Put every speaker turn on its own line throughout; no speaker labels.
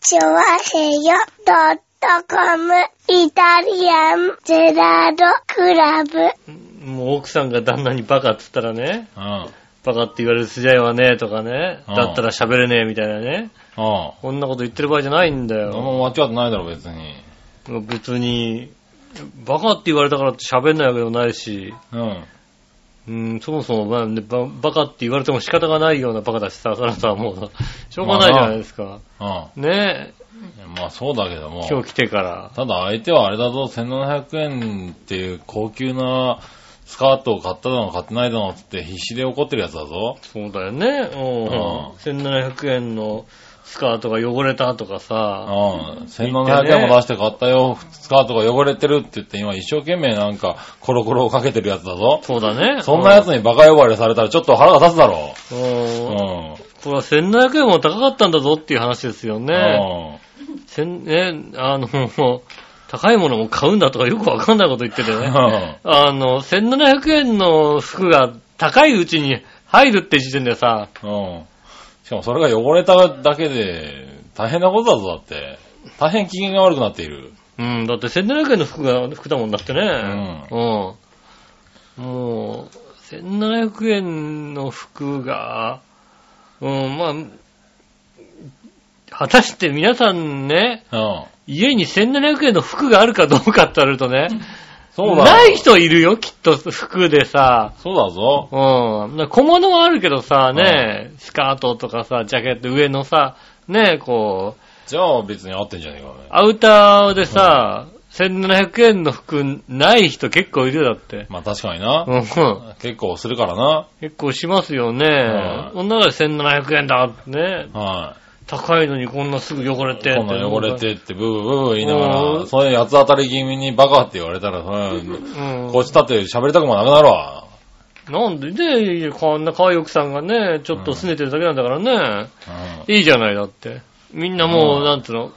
チョワヘヨドットコムイタリアンゼラードクラブ。
もう奥さんが旦那にバカって言ったらね、
うん。
バカって言われる筋合いはねえとかね、
うん
だったら喋れねえみたいなね、
ああ。
こんなこと言ってる場合じゃないんだ
あん
よ。
ま間違ってないだろ、別に。
別に、バカって言われたからって喋んないわけでもないし、
うん。
うん、そもそも、まあねばバカって言われても仕方がないようなバカだしさ、そらさ、もう、しょうがないじゃないですか。
う
ね
ん。まあそうだけども
え、。今日来てから。
ただ相手はあれだぞ、1700円っていう高級なスカートを買っただの買ってないだのっつって必死で怒ってるやつだぞ。
そうだよね。
ああ
うん。1700円のスカートが汚れたとか
うん
さ。。
1700円も出して買ったよ、スカートが汚れてるって言って今一生懸命なんかコロコロをかけてるやつだぞ。
そうだね。
そんなやつにバカ呼ばれされたらちょっと腹が立つだろ。
う。
うん
うん。
ん。
これは1700円も高かったんだぞっていう話ですよね。せんね、あの、 高いものも買うんだとかよくわかんないこと言ってて
うん。う
ね。
ん。
あの、1700円の服が高いうちに入るって時点でさ、
うん。しかもそれが汚れただけで、大変なことだぞ、だって。大変機嫌が悪くなっている。
うん、だって1700円の服が、服だもんだってね。
う
うん。もう、1700円の服が、うん、まあ、果たして皆さんね、
うん。
家に1700円の服があるかどうかって言われるとね、
そうだ。
ない人いるよ、きっと服でさ。
そうだぞ。
うん。小物はあるけどさ、ね、スカートとかさ、ジャケット上のさ、ね、こう、
じゃあ別に合ってんじゃねえかね。
アウターでさ、1700円の服ない人結構いるよだって。
まあ確かにな。
うん。
結構するからな。
結構しますよね。
うん
女が1700円だってね。
は
高いのにこんなすぐ汚れ
い。
て。
こんな汚れ。てってブーブーブーブー言いなが
う
ら、
ん
そういう八つ当たり気味にバカって言われたら、そう
う。
いうんこっち立って喋りたくもなくなるわ。
なんでね、こんな可愛い奥さんがね、ちょっと拗ねてるだけなんだからね。
うん。
いいじゃないだって。みんなもう、
うん
なんつうの、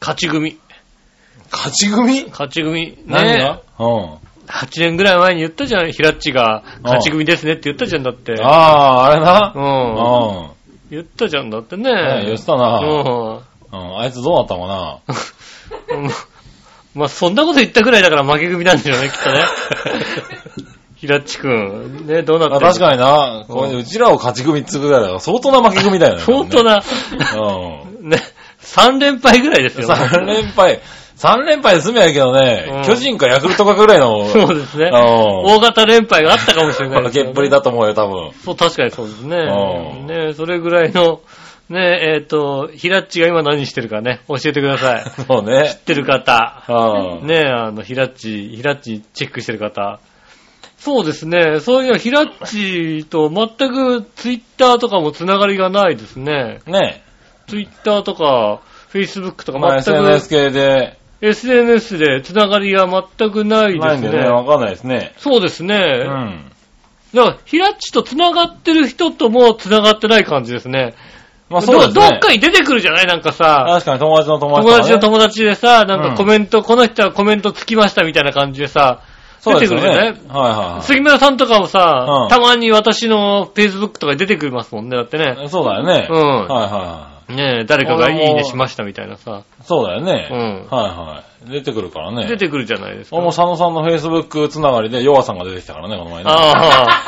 勝ち組。
勝ち組
勝ち組。
何
ね
がうん。
8年ぐらい前に言ったじゃん、平っちが。勝ち組ですねって言ったじゃんだって。
ああー、あれ
う
な。
ん。
うん。
言ったじゃんだって
ねえ、
ね
言っ。てたな。
うん。
うん。あいつどうなったのかな。
うん まあ、そんなこと言ったぐらいだから負け組なんでしょうね、きっとね。 平っちくん。ね、どうなった
あ確かにな、これうちらを勝ち組っつうぐらいだから相当な負け組だよね。
相当な、
多分
ね、
ね。
3連敗ぐらいです
うん。
よ。
3連敗、3連敗で済めばいいけどね、
うん
巨人かヤクルトかぐらいの、
そうですね。
う
大型連敗があったかもしれない
ん、
ですよ
け
ね
っぷりだと思うよ、多分。
そう、確かにそうですね
う。ん
ね、それぐらいの、ね、えっ、と、平っちが今何してるかね、教えてくださ い。知
そうね
っ。てる方。
うん。
ねえ、あの、ひらっち、ひらっちチェックしてる方。そうですね。そういうひらっちと全くツイッターとかもつながりがないですね。
ね
ツイッターとか、フェイスブックと
まあ
か全
SNS
く、
系で、
SNS でつながりが全くない
ないん
で
ですね、
ね。
わかんないですね。
そうですね。
うん。
だから、ひらっちとつながってる人ともつながってない感じですね。
まあそうです
ど
ね。
どっかに出てくるじゃないなんかさ、
確かに友達の友達
友達の
とかね
友達でさ、なん
う
か
ん
コメント、この人はコメントつきましたみたいな感じでさ、
そ
出
うで
て
す
く
よ
る
ね。
じゃない
はいはい
杉村さんとかもさ、
うん
たまに私の Facebook とかに出てくれますもんね、だって
は
ね。
い。そうだよね。
うん
はいはいは
ねえ、誰かがいいねしましたみたいなさ、
い。そうだよね。
うん
はいはい。出てくるからね。
出てくるじゃないですか。
あ、もう佐野さんの Facebook つながりで、ヨアさんが出てきたからね、この前ね。
ああ。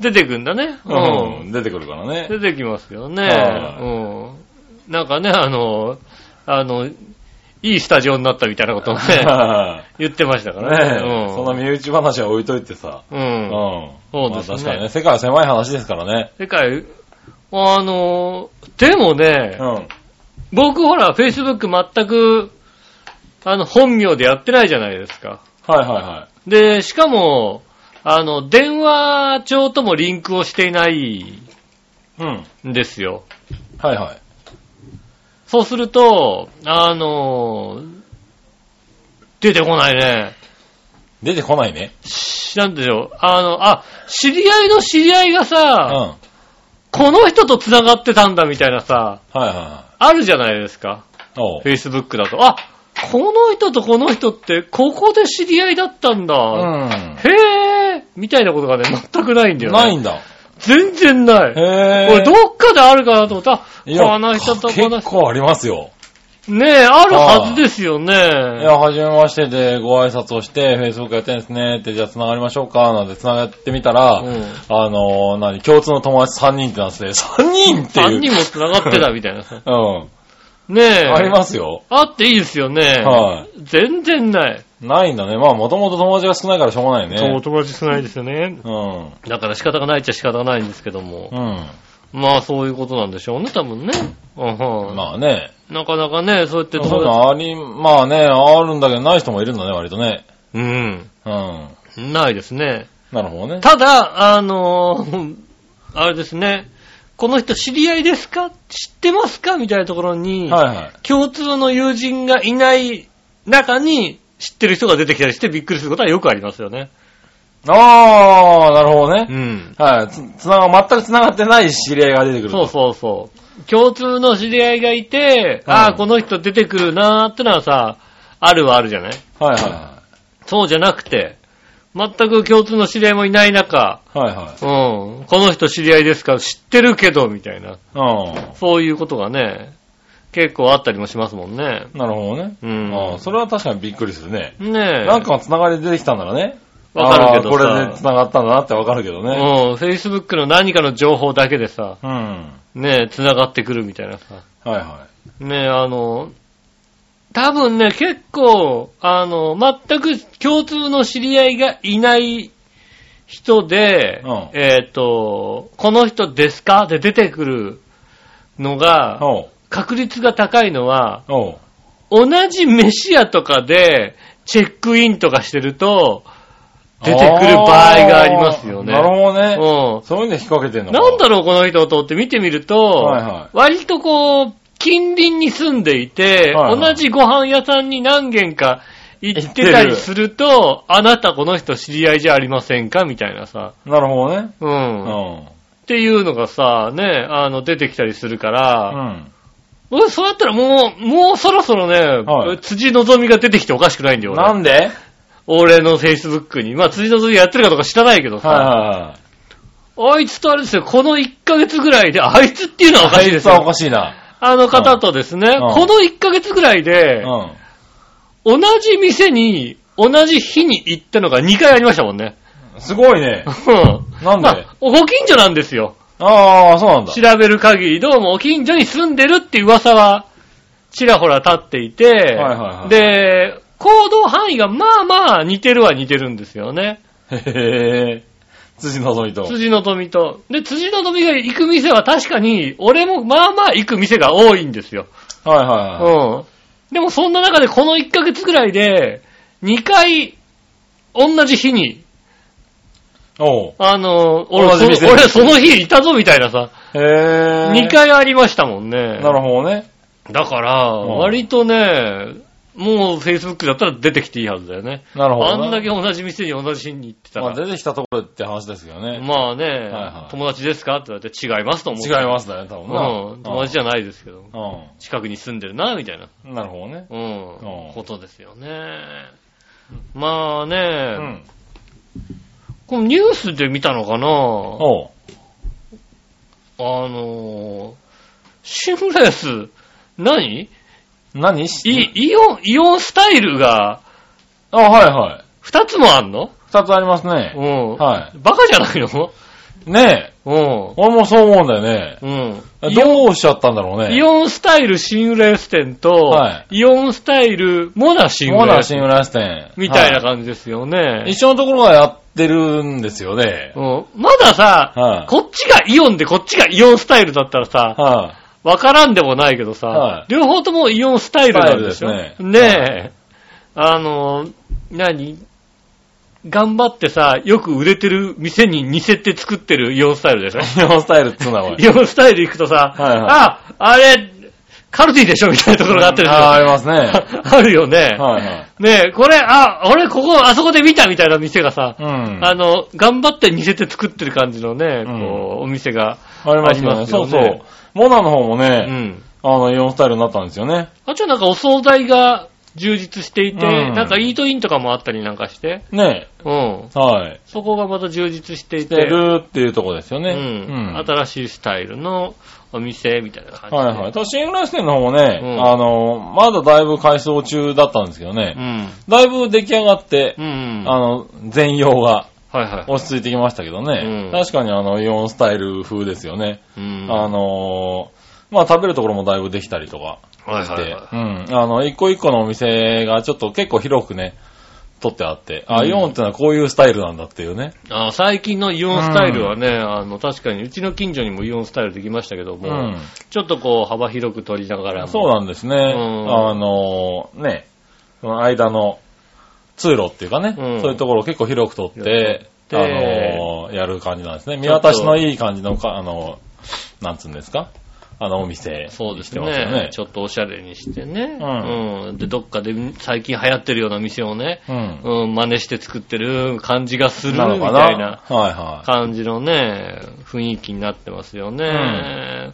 出てくんだね。
う、
うん
出てくるからね。
ん。出てきますよね。
は
うん。なんかね、あの、あの、いいスタジオになったみたいな ことをね、
ね
言ってましたか
え、
らね。
そんな身内話は置いといてさ。
う。
うん
うん。
ん。
そうですね
まあ確かにね、世界は狭い話ですからね。
世界、あの、でもね、
うん。
僕ほら、Facebook 全く、あの、本名でやってないじゃないですか。
はいはいは
で、しかも、あの、電話帳ともリンクをしていない
い。うん。
んですよ。
はいはい。
そうすると、あの、出てこないね。
出てこないね。
しなんでしょう。あの、あ、知り合いの知り合いが
うん。
さ、
はい
この人と繋がってたんだみたいなさ、
はいは
あるじゃないですか。
い。おう。
Facebook だと。あ、この人とこの人って、ここで知り合いだったんだ。
うん。
へーみたいなことがね、全くないんだよね。
ないんだ。
全然ない。こ
へ
れどっかであるかなと思った。あ
いや
この人とこの
結
人。
構ありますよ。
ねえ、あるはずですよね。
いや、はじめましてでご挨拶をして、Facebook やってんですねって、じゃあ繋がりましょうか、なんて繋がってみたら、
うん
あのー、何、共通の友達3人ってなってて、3人ってい
3
う。
人も繋がって たみたいなさ。
うん。
ねえ。
ありますよ。
あっていいですよね。
は
全然ない。
い。ないんだね。まあ、もともと友達が少ないからしょうがないね。
そう、お友達少ないですよね。
うん。
だから仕方がないっちゃ仕方がないんですけども。
う。
まあそういうことなんでしょうね、多分ね。うんうんん
まあね。
なかなかね、そうやって
そう
ど
いう
う
のあり、まあね、あるんだけど、ない人もいるんだね、割とね。
うん。
うん。
ないですね。
なるほどね。
ただ、あのー あれですね。この人知り合いですか知ってますかみたいなところに、
はいはい。
共通の友人がいない中に知ってる人が出てきたりしてびっくりすることはよくありますよね。
あー、なるほどね。
うん。
はい。つ、つなが、全く繋がってない知り合いが出てくる。
そうそうそう。共通の知り合いがいて、
うん
ああ、この人出てくるなーってのはさ、あるはあるじゃない
はいは
そうじゃなくて、全く共通の知り合いもいない中、
い。はいはい
うん、この人知り合いですから知ってるけど、みたいな。。
う
そういうことがね、結構あったりもしますもんね。
ん。なるほどね。
うん
あーそれは確かにびっくりするね。
ねえ。
なんかの繋がりで出てきたんならね。
わかるけどさ
あーこれで繋がったんだなってわかるけどね。
うん、Facebook の何かの情報だけでさ、
うん。は
ねえ、繋がってくるみたいなさ。
いは
ねえ、あの、多分ね、結構、あの、全く共通の知り合いがいない人で、
うん
えっ、と、この人ですかで出てくるの
い。
が、
おう。
確率が高いのは、
おう。
同じ飯屋とかで、チェックインとかしてると、出てくる場合がありますよね。
あーなるほどね。
うん。
そういうんで引っ掛けてんのか
なんだろう、この人とって見てみると、
はいはい
割とこう、近隣に住んでいて、
はいはい
同じご飯屋さんに何軒か行ってたりすると、あなたこの人知り合いじゃありませんかみたいなさ。
なるほどね。
うん。
う
っ
ん。
ていうのがさ、ね、あの、出てきたりするか
う
ら、
ん。
俺そうやったらもう、もうそろそろね、
はい
辻のぞみが出てきておかしくないんだよ、
な
俺。
んではい
俺の Facebook に。まあ、辻のぞみやってるかどうか知らないけどさ、
は
あいつとあれですよ、この1ヶ月ぐらいで、あいつっていうのはいお
は
か
い。
しい
あ
で
いつ
すよ。
はおかしいな。
あの方とですね、
うん
この1ヶ月ぐらいで
う、ん。
同じ店に、同じ日に行ったのが2回ありましたもんね。
すごいね
う。ん
なんで
まあご近所なんですよ。
ああ、そうなんだ。
調べる限り、どうもお近所に住んでるって噂は、ちらほら立っていて、
はいはい
で、行動範囲がまあまあ似てるは似てるんですよね。
へえ。 辻のぞみと。
辻の富と。で、辻の富が行く店は確かに、俺もまあまあ行く店が多いんですよ。
はいはいはい。
うん。でもそんな中でこの1ヶ月ぐらいで、2回、同じ日に、
おう。
あの、俺
同じ
そ
店
の俺その日いたぞみたいなさ、
へえ。
2。回ありましたもんね。
なるほどね。
だから、
うん
割とね、もう Facebook だったら出てきていいはずだよね。
なるほど
あ
な。
んだけ同じ店に同じ日に行ってた
まあ
ら。
出てきたところって話ですけどね。
まあね、
い
友達ですかって言われて違いますと思って。。
違いますすだね、多
う
分な。
ん。友達じゃないですけど。
う
近くに住んでるな、みたいな。
ん。なるほどね。
うん
う、ん
ことですよね。まあね、
うん。
このニュースで見たのかな
おう。
あのー、シンレス、何
何し
イイオン、イオンスタイルが
あ、はいはい。
2つもあんの
二つありますね。
うん。
は
バカじゃないの
い。ねえ。
う
俺もそう思うんだよね。
ん。うん。
どうしちゃったんだろうね。
イオンスタイルシンレス店と、
は
イオンスタイルモナシン
モ
レ
ナ
ス
新浦支店。
みたいな
は
感じですよね。
一緒のところがやってるんですよね。
うん。まださ、
はい
こっちがイオンでこっちがイオンスタイルだったらさ、
は
わからんでもないけどさ、
はい
両方ともイオンスタイルなんでしょ
スタイルです
ねえ。あの、何頑張ってさ、よく売れてる店に似せて作ってるイオンスタイルでしょ
い。日本スタイルっつうのはこれ。
イオンスタイル行くとさ、
はいはい
あ、あれ、カルディでしょみたいなところがあってるでしょ、
あーありますね。
あるよね。
はいはい。
ねえ、これ、あ、俺ここ、あそこで見たみたいな店がさ、
うん。
あの、頑張って似せて作ってる感じのね、こう
う、
お店が。
ありますよ
ありま
ね。
すよ
そ
ね
うそう。モナの方も
う
ね、
ん。
あの、イオンスタイルになったんですよね。
あとなんかお惣菜が充実していて、
うん
なんかイートインとかもあったりなんかして、
ね
うん。
はい。
そこがまた充実してい
して
て、
るっていうとこですよね。
うん。
うん
新しいスタイルのお店みたいな感じで。
はいはい。ただ、新浦店の方もね、
うん
あの、まだだいぶ改装中だったんですけどね、だいぶ出来上がって
う、ん。うん。
あの、全容が
はいはい。
落ち着いてきましたけどね、
うん
確かにあの、イオンスタイル風ですよね。
うん
あのーまあ食べるところもだいぶできたりとか
はい
し
は
て、
いは
うん。あの、一個一個のお店がちょっと結構広くね、取ってあって、あ、
うん
イオンってのはこういうスタイルなんだっていうね。
い。あ最近のイオンスタイルはね、あの、確かにうちの近所にもイオンスタイルできましたけども、
うん
ちょっとこう幅広く取りながらも。
そうなんですね。
ん
あのーね、その間の通路っていうかね、
うん
そういうところを結構広く取って、あ
広く取って
のーやる感じなんですね。見
ちょっと
渡しのいい感じのか、あのーなんつうんですかあのお店。
そうです
してますよ
ね
ね。
ちょっとおしゃれにしてね。
うん
うんで、どっかで最近流行ってるような店をね、
うん。
うん、真似して作ってる感じがするみ
な
た
の
い
か
な
なはいはい。
感じのね、雰囲気になってますよね。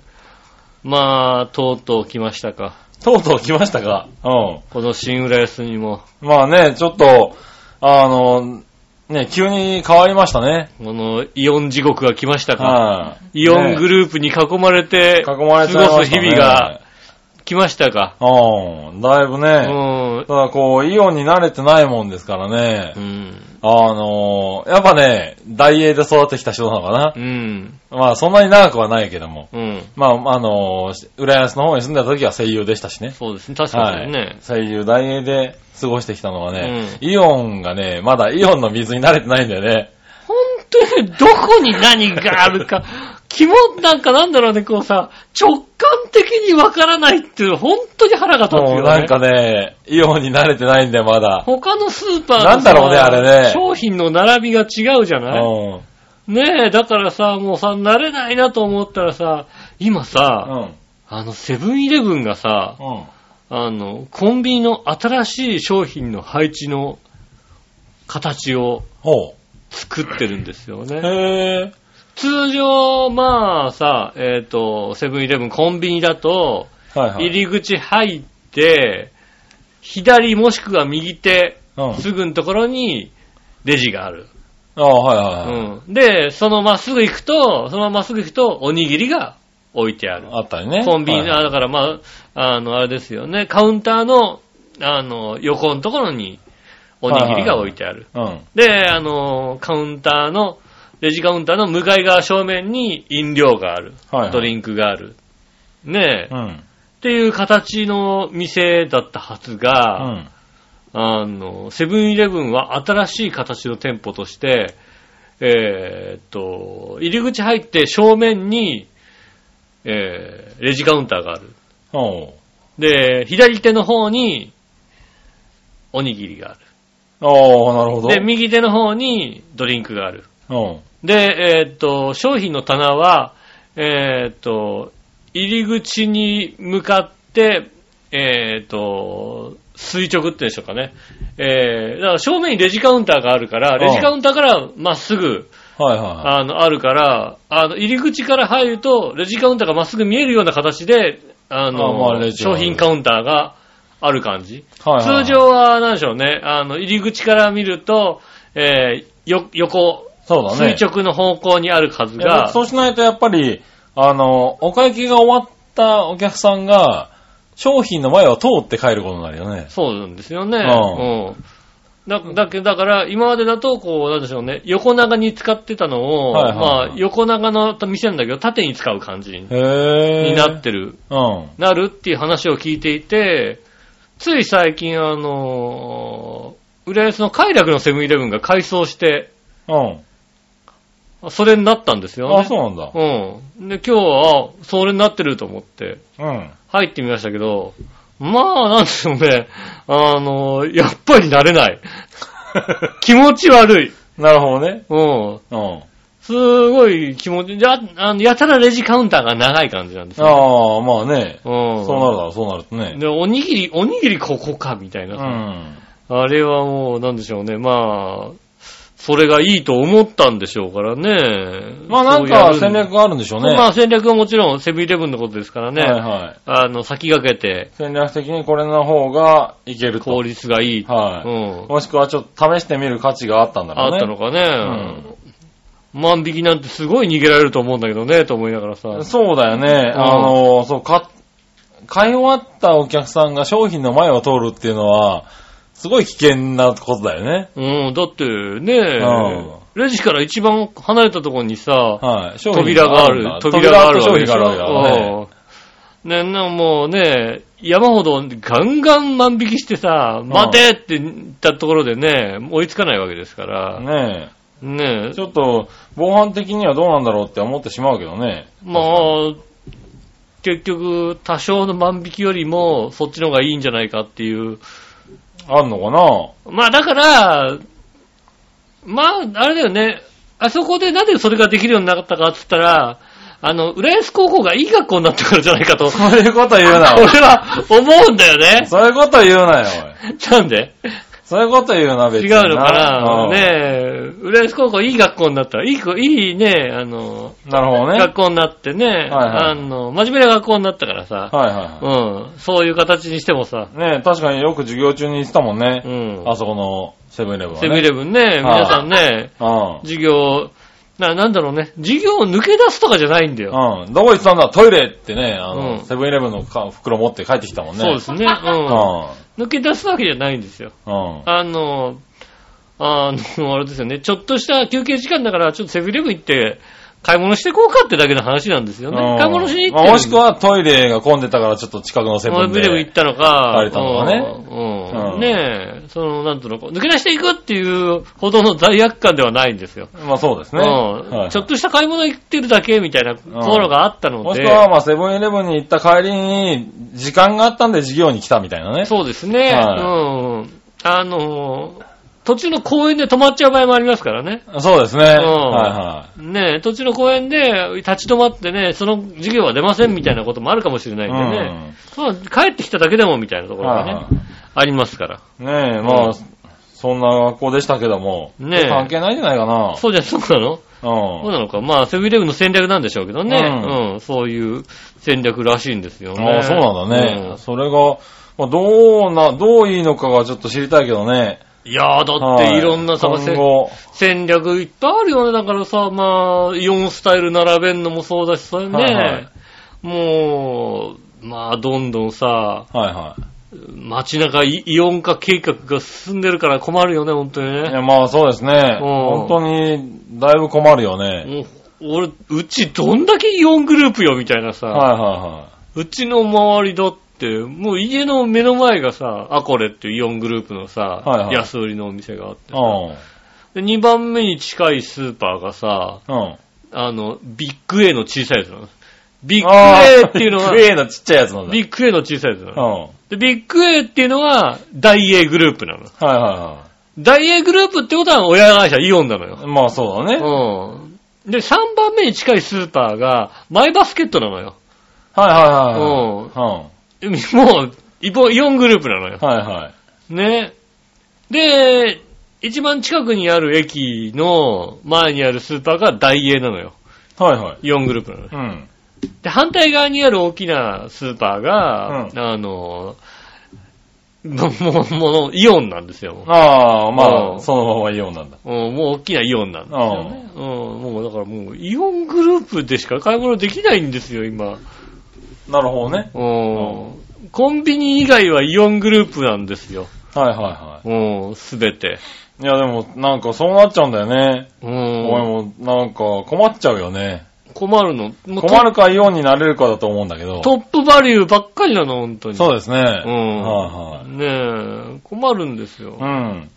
まあ、とうとう来ましたか。
とうとう来ましたかうん。
この新浦安にも、
まあね、ちょっと、あの、ね、急に変わりましたね。
このイオン地獄が来ましたか。
はい。
イオング
ル
ループに囲まれて、
囲まれちゃい
過
ま
ご
し
す
た
日
ね
々が。来ましたか。
うん、だいぶね。
う
ただこう、イオンに慣れてないもんですからね。
ん。うん。
あの、やっぱね、大英で育ってきた人なのかな
う。ん。
まあそんなに長くはないけども。
うん。
まあ、あの、浦安の方に住んでた時は声優でしたしね。
そうですね。確かにね。
はい。声優大英で過ごしてきたのはね、
う
イオンがね、まだイオンの水に慣れてないんだよね。
本当にどこに何があ るか、肝、なんかなんだろうね、こうさ、直感的にわからないっていう、本当に腹が立つ
もう
よ
なん
ね。
かね、イオンに慣れてないんだよ、まだ。
他のスーパーのさ
なんだろうねあれね
商品の並びが違うじゃない、
うん。
ねえ、だからさ、もうさ、慣れないなと思ったらさ、今
う
さ、
ん。
あの、セブンイレブンがさ、
うん。
あの、コンビニの新しい商品の配置の形を
ほ
作ってるんですよね
う。。へぇ
通常、まあさ、えっ、と、セブンイレブン、コンビニだと、
ー。はいはい。
入り口入って、左もしくは右手、
うん。
すぐのところにレジがある。
ああ、はいはいはい。
うん。で、そのまっすぐ行くと、そのままっすぐ行くと、おにぎりが置いてある。
あったりね。
コンビニ、
はい
あ
はい
だからまあ、あの、あれですよね、カウンターの、あの、横のところに、おにぎりが置いてある。
うん。
で、あの、カウンターの、レジカウンターの向かい側正面に飲料がある。
はいはい
ドリンクがある。ねえ、
う
っ
ん。
ていう形の店だったはず
う
が、
ん。
あの、セブンイレブンは新しい形の店舗として、えーっと、入り口入って正面に、えーレジカウンターがある。
おう
で、左手の方に、おにぎりがあ
おーなるほど。
る。で、右手の方にドリンクがある。
うん。
で、えーっと、商品の棚は、えーっと、入り口に向かって、えーっと、垂直ってんでしょうかね。えー、だから正面にレジカウンターがあるから、
ん
レジカウンターからまっすぐ、
はいは
あの、あるから、あの、入り口から入ると、レジカウンターがまっすぐ見えるような形で、あ
あまあ
の、
レジはあ
商
る
品カウンターがある感じ。
い。はいはい。
通常、は、なんでしょうね、あの、入り口から見ると、えー、よ、横、
そうだね。
垂直の方向にあるはず
いや
が、
そうしないとやっぱり、あの、お会計が終わったお客さんが、商品の前を通って帰ることになるよね。
そうなんですよね。
う
うん。だだけだから、今までだと、こう、なんでしょうね、横長に使ってたのを、
はいはいはい
まあ、横長の店なんだけど、縦に使う感じに
へぇー。
になってる、
うん。
なるっていう話を聞いていて、つい最近、あのー、浦安の快楽のセブンイレブンが改装して、
う
それになったんですよ
ん。
ね。
あ、そうなんだ。
うん。で、今日は、あそれになってると思って、
うん。
入ってみましたけど、まあ、なんでしょうね。あの、やっぱり慣れ ない。気持ち悪い。
なるほどね。
うん。
うん。
すごい気持ち、や、あの、やたらレジカウンターが長い感じなんですよ。
ああ、まあね。
うん。
そうなるだろう、そうなるとね。
で、おにぎり、おにぎりここか、みたいな
う。ん。
あれはもう、なんでしょうね。まあ、それがいいと思ったんでしょうからね。
まあなんか戦略があるんでしょ
を
うね。
まあ戦略はもちろんセブンイレブンのことですからね。
はいはい。
あの、先駆けて
戦略的にこれの方がいけると。
効率がいい。
はい、
うん。
もしくはちょっと試してみる価値があったんだろ
あ
うね。
ったのかね。万引きなんてすごい逃げられると思うんだけどね、と思いながらさ。
うんそうだよね。
うん
あの、そう、か、買い終わったお客さんが商品の前を通るっていうのは、すごい危険なことだよね。
うん、だって
うん
ね、レジから一番離れたところにさ、
はい。商品
扉がある
んだ。
扉がある
扉
わ
と
け
商
で
品
し
が
ょ
あるわけだからね。
うんね、なもうね、山ほどガンガン万引きしてさ、待てって言ったところでね、追いつかないわけですから、
ね
ね
え。ちょっと、防犯的にはどうなんだろうって思ってしまうけどね。
まあ、結局、多少の万引きよりも、そっちの方がいいんじゃないかっていう。
あんのかな
まあ、だから、まあ、あれだよね。あそこでなぜそれができるようになったかって言ったら、あの、浦安高校がいい学校になったからじゃないかと、俺
そういうこと言うな、おい
は思うんだよ ね。
そういうこと言うなよ、おい
なんで
そういうこと言うな、別
違う
にな。
のかな
うん
ねえ、浦安高校いい学校になった。いい子、いいね、あの、
なるほどね。
学校になってね、
いはい
あの、真面目な学校になったからさ、
はいは
うん、そういう形にしてもさ、
いはい。ね確かによく授業中に言ってたもんね
う。ん。
あそこのセブンイレブンは
セ
ね。
ブンイレブンね、
はい
皆さんね、授業、な、なんだろうね、授業を抜け出すとかじゃないんだよ。
うん。うん。どこ行ってたんだトイレってね、あ
うん
の、セブンイレブンのか袋持って帰ってきたもんね。
そうですね、 う。
うん
抜け出すわけじゃないんですよ。
ん。うん。
あの、あの、 あれですよね、ちょっとした休憩時間だから、ちょっとセブンイレブン行って、買い物してこうかってだけの話なんですよね。
うん
買い物しに行って
まあ
る。
もしくはトイレが混んでたからちょっと近くのセブ
セ
ン
ブンイレブン行
で
っ。たのか、
帰れたのかね
うん。う。
うんん
ねえ、その、なんとのこう、抜け出していくっていうほどの罪悪感ではないんですよ。
まあそうで
う
す
ん
ね。はい
ちょっとした買い物行ってるだけみたいなところがあったので。
もしくは、まあ、セブンイレブンに行った帰りに、時間があったんで授業に来たみたいなね。
そうですね。う
はい
ん。あのー、途中の公園で止まっちゃう場合もありますからね。
そうですね。はい
ん
は
ねえ、途中の公園で立ち止まってね、その授業は出ませんみたいなこともあるかもしれない
い。
んでね。まあ帰ってきただけでもみたいなところがね、
はいはい
ありますから。
ねえ、ま
うん
あ、そんな学校でしたけども。
ねえ
関係ないんじゃないかな。
そうじゃ、そうなのそう
うん。
なのか。まあ、セブンイレブンの戦略なんでしょうけどね。う、
うん
そういう戦略らしいんですよね。
ああ、そうなんだね。それが、まあ、どうな、どういいのかがちょっと知りたいけどね。
うんいやー、だっ
は
ていろんなさ、せ
今後。
戦略いっぱいあるよね。だからさ、まあ、イオンスタイル並べんのもそうだしさ、ね、
はいはい
もう、まあ、どんどんさ、
はいは
街中イイオン化計画が進んでるから困るよね、本当に
い。い
ね。
や、まあそうですね。
うん
本当に、だいぶ困るよね。
もう俺、うちどんだけイオングループよ、みたいなさ。
はいは
うちの周りだって、もう家の目の前がさ、アコレっていうイオングループのさ、
はいはい
安売りのお店があって
いは
で、2番目に近いスーパーがさ、
い。うん。うん。
あの、ビッグ A の小さいやつなの。ビッグ A っていうのは
ああ、ビッグ A のちっちゃいやつなんだ。
ビッグ A の小さいやつな
うん。
の。
は
で、ビッグ A っていうのは、大 A グループなの。
いはいは
大 A グループってことは親会社イオンなのよ。
い。まあそうだね。はい
うん。で、3番目に近いスーパーが、マイバスケットなのよ。
は
う
いはい
ん。
はい。うん。
もう、イボイオングループなのよ。
はいはい。
ね。で、一番近くにある駅の前にあるスーパーがダイエーなのよ。
はいはい。
イオングループなのよ。
うん。
で、反対側にある大きなスーパーが、
うん
あの、ももう、もう、イオンなんですよ。
ああ、
う
ま
ん
あ、そのままイオンなんだ。
うんもう大きなイオンなんですよね。うん、もうだからもう、イオングループでしか買い物できないんですよ、今。
なるほどね。
うん。コンビニ以外はイオングループなんですよ。
はいはいは
うん、すべて。
い。いやでも、なんかそうなっちゃうんだよね。
うん。
俺も、なんか困っちゃうよね。
困るの。もう
困るかイオンになれるかだと思うんだけど。
トップバリューばっかりなの、本当に。
そう
で
ですね。
うん。
はいはい。
ねえ、困るんですよ
う。ん。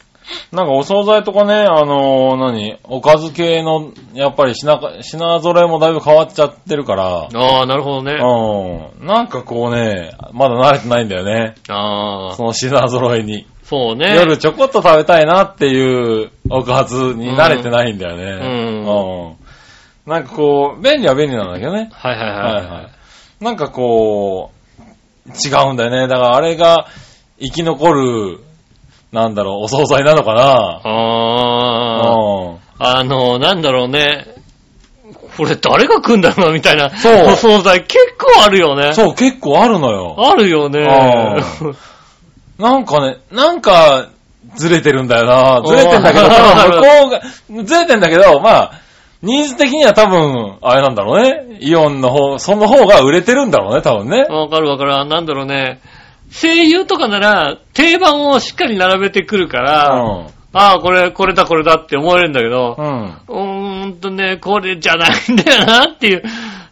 なんかお惣菜とかね、あのー何おかず系の、やっぱり品か、品揃えもだいぶ変わっちゃってるから、
ああ、なるほどね。
うん。なんかこうね、まだ慣れてないんだよね。
ああ、
その品揃えに。
そうね。
夜ちょこっと食べたいなっていうおかずに慣れてないんだよね。
う
うんなんかこう、便利は便利なんだけどね。
はいはい
はい
はい。
はい。なんかこう、違うんだよね。だからあれが生き残る、なんだろう、お惣菜なのかな。
ああ、あの、なんだろうね。これ誰が来んだろうな、みたいな。
そう
お惣菜結構あるよね。
そう、結構あるのよ。
あるよね。
あーなんかね、なんか、ずれてるんだよな。ずれてんだけど、
おー
多分向こうが、ずれてんだけど、まあ、ニーズ的には多分、あれなんだろうね。イオンの方、その方が売れてるんだろうね、多分ね。
わかるわかる。あなんだろうね。声優とかなら、定番をしっかり並べてくるから、ああ、これ、これだ、これだって思えるんだけど
う、ん。うん。
うーんとね、これじゃないんだよなっていう。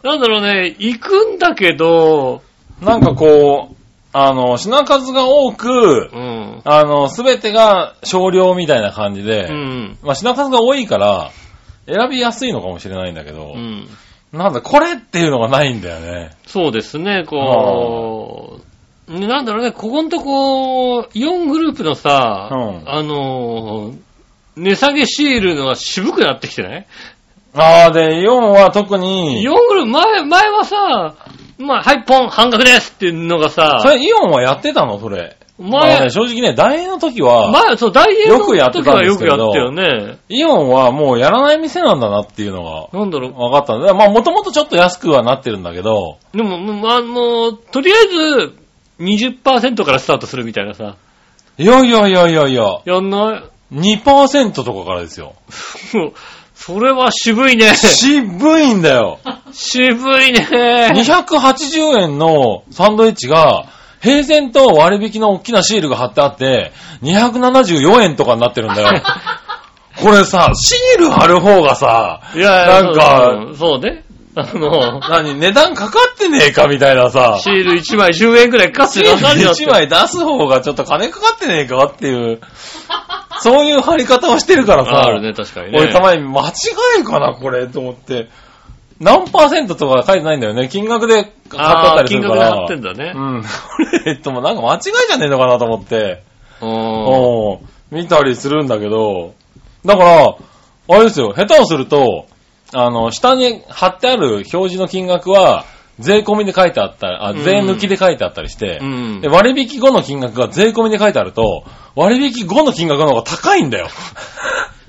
なんだろうね、行くんだけど、
なんかこう、あの、品数が多く
う、ん。
あの、すべてが少量みたいな感じで、
うん。
まあ品数が多いから、選びやすいのかもしれないんだけど、
うん。
なんだ、これっていうのがないんだよね。
そうですね、こう、ねなんだろうね、ここんとこ、4グループのさ、
うん
あのー、値下げシールのは渋くなってきてない
ああ、で、イオンは特に、
4グループ、前、前はさ、まあ、はい、ポン、半額ですっていうのがさ、
それイオンはやってたのそれ。まあ
前
ね、、正直ね、大英の時は、
前、そう、大英の
よくやって
時
た
は
んで
よ
す
く
けど
やったよね。
イオンはもうやらない店なんだなっていうのが
なんだろう、
分かったんで、まあもともとちょっと安くはなってるんだけど、
でも、もうあの、とりあえず、20%からスタートするみたいなさ。
いやいやいやいやいや、
やんない
2%とかからですよ。
もうそれは渋いね。
渋いんだよ。
渋いね。
280円のサンドイッチが、平然と割引の大きなシールが貼ってあって、274円とかになってるん だよ。これさ、シール貼る方がさ、
いやいや、
なんか
そうそうね。あ の、
何、値段かかってねえかみたいなさ、
シール1枚10円くらいかかって
シ
る
ール1枚出す方がちょっと金かかってねえかっていう、そういう貼り方をしてるからさ、
あるね、確かにね。
俺たまに間違いかな、これ、と思って。何パーセントとか書いてないんだよね。金額で買ったっ
あ
た
ー
りす
金
るか
額で
ら。
貼ってんだね。
うん。これ、えっと、もうなんか間違いじゃねえのかなと思って、
うん。
お見たりするんだけど、だから、あれですよ、下手をすると、あの、下に貼ってある表示の金額は、税込みで書いてあったり、あ、
うん
税抜きで書いてあったりして、
うん
で割引後の金額が税込みで書いてあると、割引後の金額の方が高いんだよ。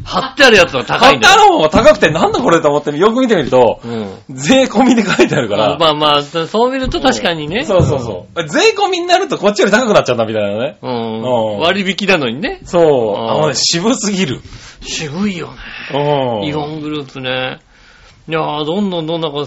貼ってあるやつが高
貼
い
っ
ん
て
だ
ある
よ。
方が高くて、なんだこれと思って、よく見てみると、
うん。
税込みで書いてあるか
ま
ら、
あまあまあ、そう見ると確かにね。
そうそうそう。税込みになるとこっちより高くなっちゃうんだみたいなね。
う
うん
ん。割引なのにね。
そう。
あー
あのね、渋すぎる。
渋いよね。
うん。
イオングループね。いやー、どんどんどんどんこう、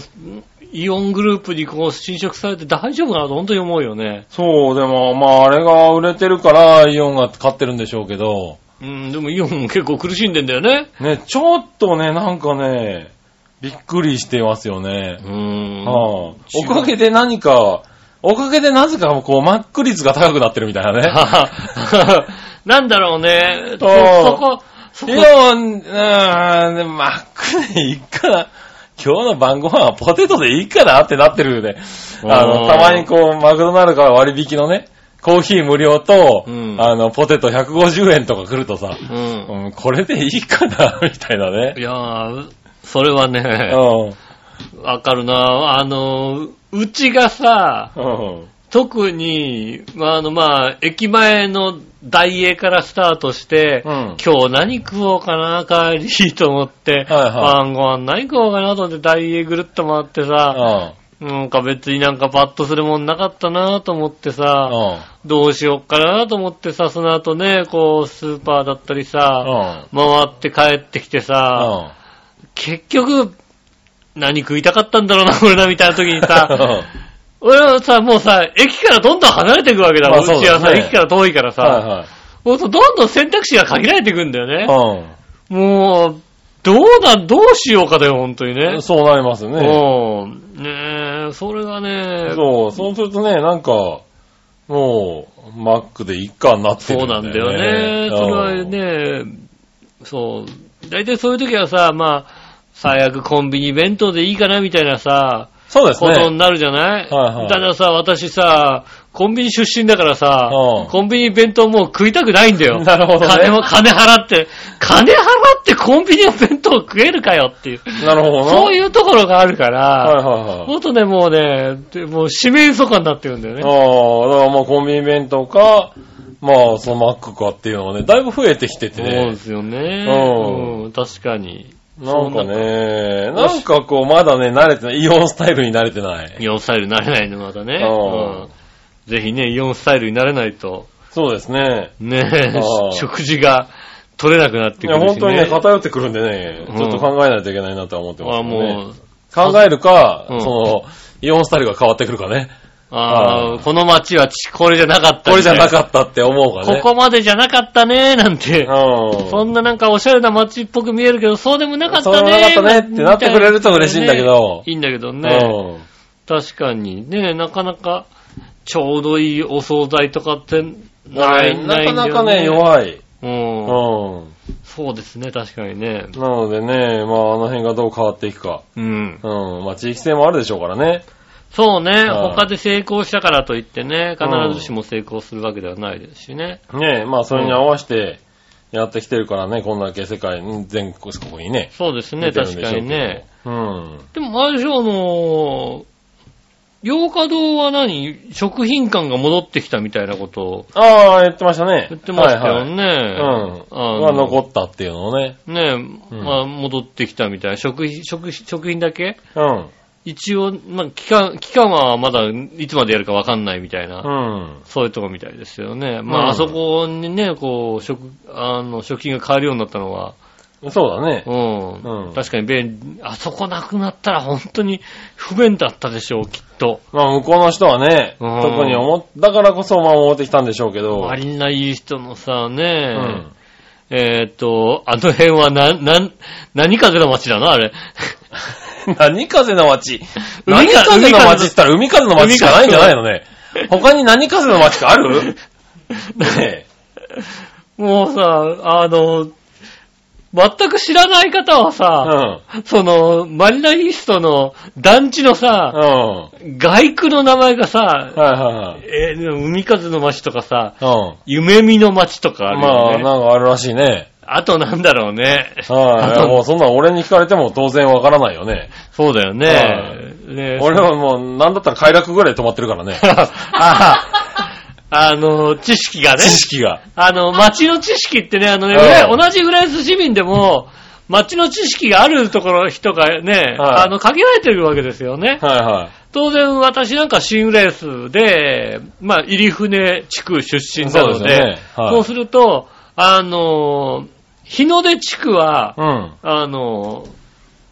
イオングループにこう侵食されて大丈夫かなと本当に思うよね。
そう、でも、まあ、あれが売れてるから、イオンが勝ってるんでしょうけど、
うん、でもイオンも結構苦しんでんだよね。
ね、ちょっとね、なんかね、びっくりしてますよ
う
ね。
ん。
はあ、おかげで何か、おかげでなぜか、こう、マック率が高くなってるみたいなね。
なんだろうね。そ
あー
そこ、そ
イ
こ、
オン、うーん、マックでいいから、今日の晩ご飯はポテトでいいかなってなってるよね。あ
う
の、
ん
たまにこう、マクドナルドから割引のね、コーヒー無料と、
うん
あの、ポテト150円とか来るとさ、
うん。
うん、これでいいかな、 みたいないね。
やー、それはね、
うん。
わかるな。あの、うちがさ、
うん。
特に、まあ、あの、まあ、駅前の大英からスタートして、
うん
今日何食おうかな、帰りと思って、
はいはい
晩ご飯何食おうかなと思って大英ぐるっと回ってさ、
うん。
なんか別になんかパッとするもんなかったなと思ってさ、
うん。
どうしよっかなと思ってさ、その後ね、こう、スーパーだったりさ、
うん。
回って帰ってきてさ、結局、何食いたかったんだろうな、俺らみたいな時にさ、俺はさ、もうさ、駅からどんどん離れていくわけだ、
まあ
うちは
そう
さ、
だね
駅から遠いからさ、
は
ほんとどんどん選択肢が限られていくんだよ
い
ね。
はい。
もう、どうだ、どうしようかだよ、本当に
う
ね
ん。。そうなりますね。
うん。ねえ、それがね、
そう、そうするとね、なんか、もう、マックでいっかになって
そ
る
うなんだよね。それは。ね、そう。大体そういう時はさ、まあ、最悪コンビニ弁当でいいかなみたいなさ、
うんそうです
ことに
ね。
なるじゃない、
はいはい
だからさ、私さ、コンビニ出身だからさ
うん、
コンビニ弁当もう食いたくないんだよ。
なるほどね
金も、金払って、金払ってコンビニの弁当食えるかよっていう。
なるほどな。
そういうところがあるか
はい
ら、
はいはい。
ほんとね、もうね、もう四面楚歌になってるんだよね。
ああ、だからもうコンビニ弁当か、まあ、そのマックかっていうのはね、だいぶ増えてきてて
そう
ね
で。すよね。
うん
うん確かに。
なんかね、
んな
なんかこう、まだね、慣れてない。イオンスタイルに慣れ てない。
イオンスタイルになれないのまたね。
うん
うんぜひね、イオンスタイルになれないと、
そうですね。
ね
う、ん
食事が取れなくなって
い
くる
や、
し、ね。
本当にね、偏ってくるんでね、
うん
ちょっと考えないといけないなとは思ってます
あ
けどね。
もう、
考えるか、
うん
その、イオンスタイルが変わってくるかね。
あ
う
あ、この街はちこれじゃなかった
これじゃな
っ
かったって思うかね。
ここまでじゃなかったね、なんて。
うん。
そんななんかおしゃれな街っぽく見えるけど、そうでもなかったね。
そうでもなかったねってなってくれると嬉しいんだけど
ねいいんだけどね。
ね。
確かにね、なかなか、ちょうどいいお惣菜とかって
うん。
ない、
なかなかね、
い
弱い。
んだよね。う
う
ん。
ん。
そうですね、確かにね。
なのでね、まあ、あの辺がどう変わっていくか。
うん。
うん。まあ、地域性もあるでしょうからね。
そうね、
うん
他で成功したからといってね、必ずしも成功するわけではないですしね。
ねえ、まあ、それに合わせてやってきてるからね、こんだけ世界、全国、ここにね。
そうですね、
出てるん
確
でし
か
ょうけど
にね。。
うん。
でも、あれでしょ、あのー、洋華堂は何食品館が戻ってきたみたいなことを
ああ、言ってましたね。
言ってましたよ
はいはい
ね。
うん。
あ
は
の
残ったっていうのをね。
ね
うん
まあ、戻ってきたみたいな。食品、食品、食品だけ
うん。
一応、まあ、期間、期間はまだいつまでやるかわかんないみたいな。
うん。
そういうとこみたいですよね。ま
う
あ、
ん
あそこにね、こう、食、あの、食品が買えるようになったのは、
そうだね。
うん。
うん
確かに便利、あそこなくなったら本当に不便だったでしょう、きっと。
まあ、向こうの人はね、
うん
特に思っ、だからこそ守ってきたんでしょうけど。
割りないい人のさ、
う
ね
ん。
え、っと、あの辺はな、なん、何風の街だな、あ れ。
何風の街
海
何
か
風の街
海風
って言ったら海風の街しかないんじゃない のね。他に何風の街かあるねえ。
もうさ、あの、全く知らない方は
う
さ、
ん。
その、マリナイストの団地の
うん。
さ、
は
外区の名前が
い
さ、
はいはい。
えーでも海風の街とかさ、
うん。
夢見の街とかある
まあ、
よね。
なんかあるらしいね。
あ、となんだろうね。
はい。もうそんなん俺に聞かれても当然わからないよね。
そうだよ
は
ね。ね。
俺はもう、なんだったら快楽ぐらいで止まってるからね
あ あの、知識がね
知。識が。
あの、街の知識ってね、あのね、
うん
浦安同じ浦安市民でも、街の知識があるところ、人がね、
はい
あの、限られてるわけですよね。
はいはい。
当然、私なんか新浦安で、まあ、入船地区出身なの
そう
で、
です
そう
よねはい
すると、あの、日の出地区は、
うん。
あの、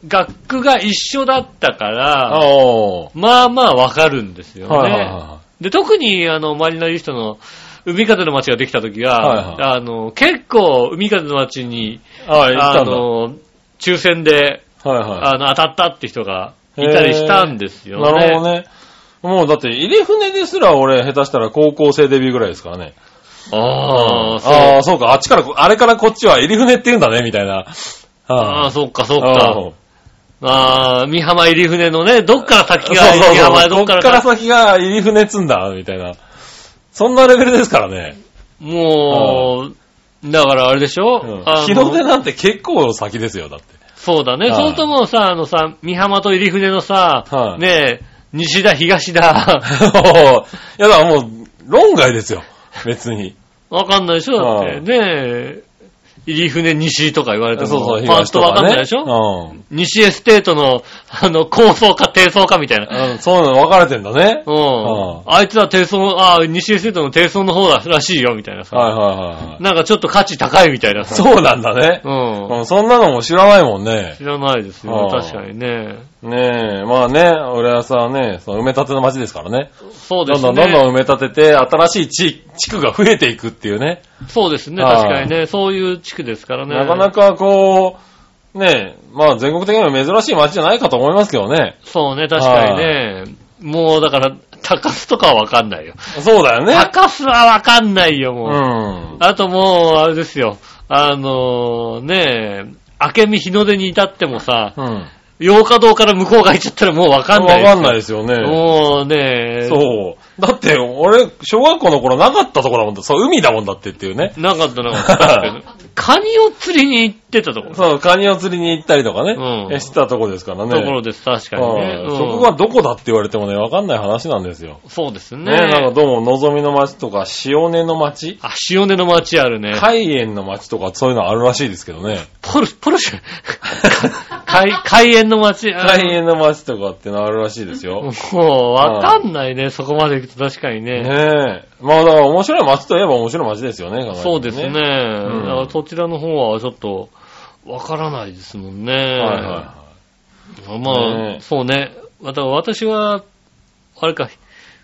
学区が一緒だったから、
あお
まあまあわかるんですよね。
はいはいは
で、特に、あの、周りのいい人の、海風の街ができた時は、
はい
あの、結構、海風の街に、
ああ、行っ
あ
たんだ。は
の、抽選で、
いはい。
あの、当たったって人がいたりしたんですよね。
なるほどね。もうだって、入れ船ですら俺、下手したら高校生デビューぐらいですからね。
ああ、そう。
ああ、そうか、あっちからこ、あれからこっちは入り船って言うんだね、みたいな。
ああ、
あ
そっか、そっ
あ
か。ああ、三浜入船のね、どっから先が
そうそう
三浜
そ
でど
う。こ
っ
っ
から
から
先
先が入り船っつんだ、みたいな。そんなレベルですからね。
もう、だからあれでしょ、
うん
あの
日の出なんて結構先ですよ、だって。
そうだね。
はい
そうするともうさ、あのさ、三浜と入船のさ、
はい
ねえ、西だ、東だ、
いや、だからもう、論外ですよ。別に。
わかんないでしょだって。
はい
ねえ、入船西とか言われて
そう
も、
そう、
パッとわかんないでしょ、
ょうん。
西エステートの、あの、高層か低層かみたいな。
うんそうなの分かれてんだね。
うん。
は
あいつは低層、あ西エステートの低層の方だらしいよ、みたいなさ。
はいはいはいはい。
なんかちょっと価値高いみたいなさ。
そうなんだね。
うん。
うん、そんなのも知らないもんね。
知らないですよ、
はい
確かにね。
ねえ、まあね、俺はさ、ね、その埋め立ての街ですからね。
そうで
ど
すね。
んどんどんどん埋め立てて、新しい地地区が増えていくっていうね。
そうですね、
はい
確かにね。そういう地区ですからね。
なかなかこう、ねえ、まあ全国的にも珍しい街じゃないかと思いますけどね。
そうね、確かにね。もうだから、高須とかはわかんないよ。
そうだよね。
高須はわかんないよ、
う
もう。
ん。
あともう、あれですよ。あのー、ねえ、明美日の出に至ってもさ、
うん。
洋華堂から向こうが行っちゃったらもうわかんない。
わかんない
い。
ですよね。
もうねえ、
そう。だって、俺、小学校の頃なかったとこだもんだ。そう、海だもんだってっていうね。
なかったなか った。カニを釣りに行ってたところ。
そう、カニを釣りに行ったりとかね、
うん
えしてたとこですからね。
ところです、確かにね。
う
うんん
そこがどこだって言われてもね、わかんない話なんですよ。
そうですね。
ねなんかどうも、望みの町とか、塩根の町、
あ、塩根の町あるね。
海縁の町とか、そういうのあるらしいですけどね。
ポル、ポルシェ。 海、海縁の町。
海縁の町とかってのあるらしいですよ。
もう、わかんないね。そこまで行くと確かに
ねえ
ね。。
まあだから面白い町といえば面白い町ですよね、考えてもね
そうですね。だか。
ん
らそちらの方はちょっと、わからないですもんね。
はいはいは
ま
ね
あ、そうね。また私は、あれか、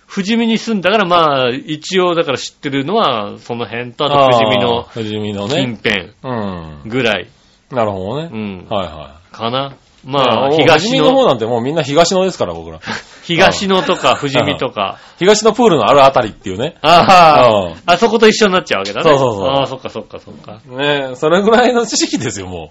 富士見に住んだから、まあ、一応だから知ってるのは、その辺と、
い。
あと富士見の
あー富士見の
近
ね。
辺
うん。
ぐらい、
なるほどね。
うん、
はいは
かな。
い。
まあ、
もう富士
東
見の方
の、
なんてもうみんな東のですから、僕ら。
東のとか富士見とか、
東のプールのあるあたりっていうね。
あ
う
あ、あそこと一緒になっちゃうわけだね。
そうそうそう
ああ、そっかそっかそっか。
ねえ、それぐらいの知識ですよ、も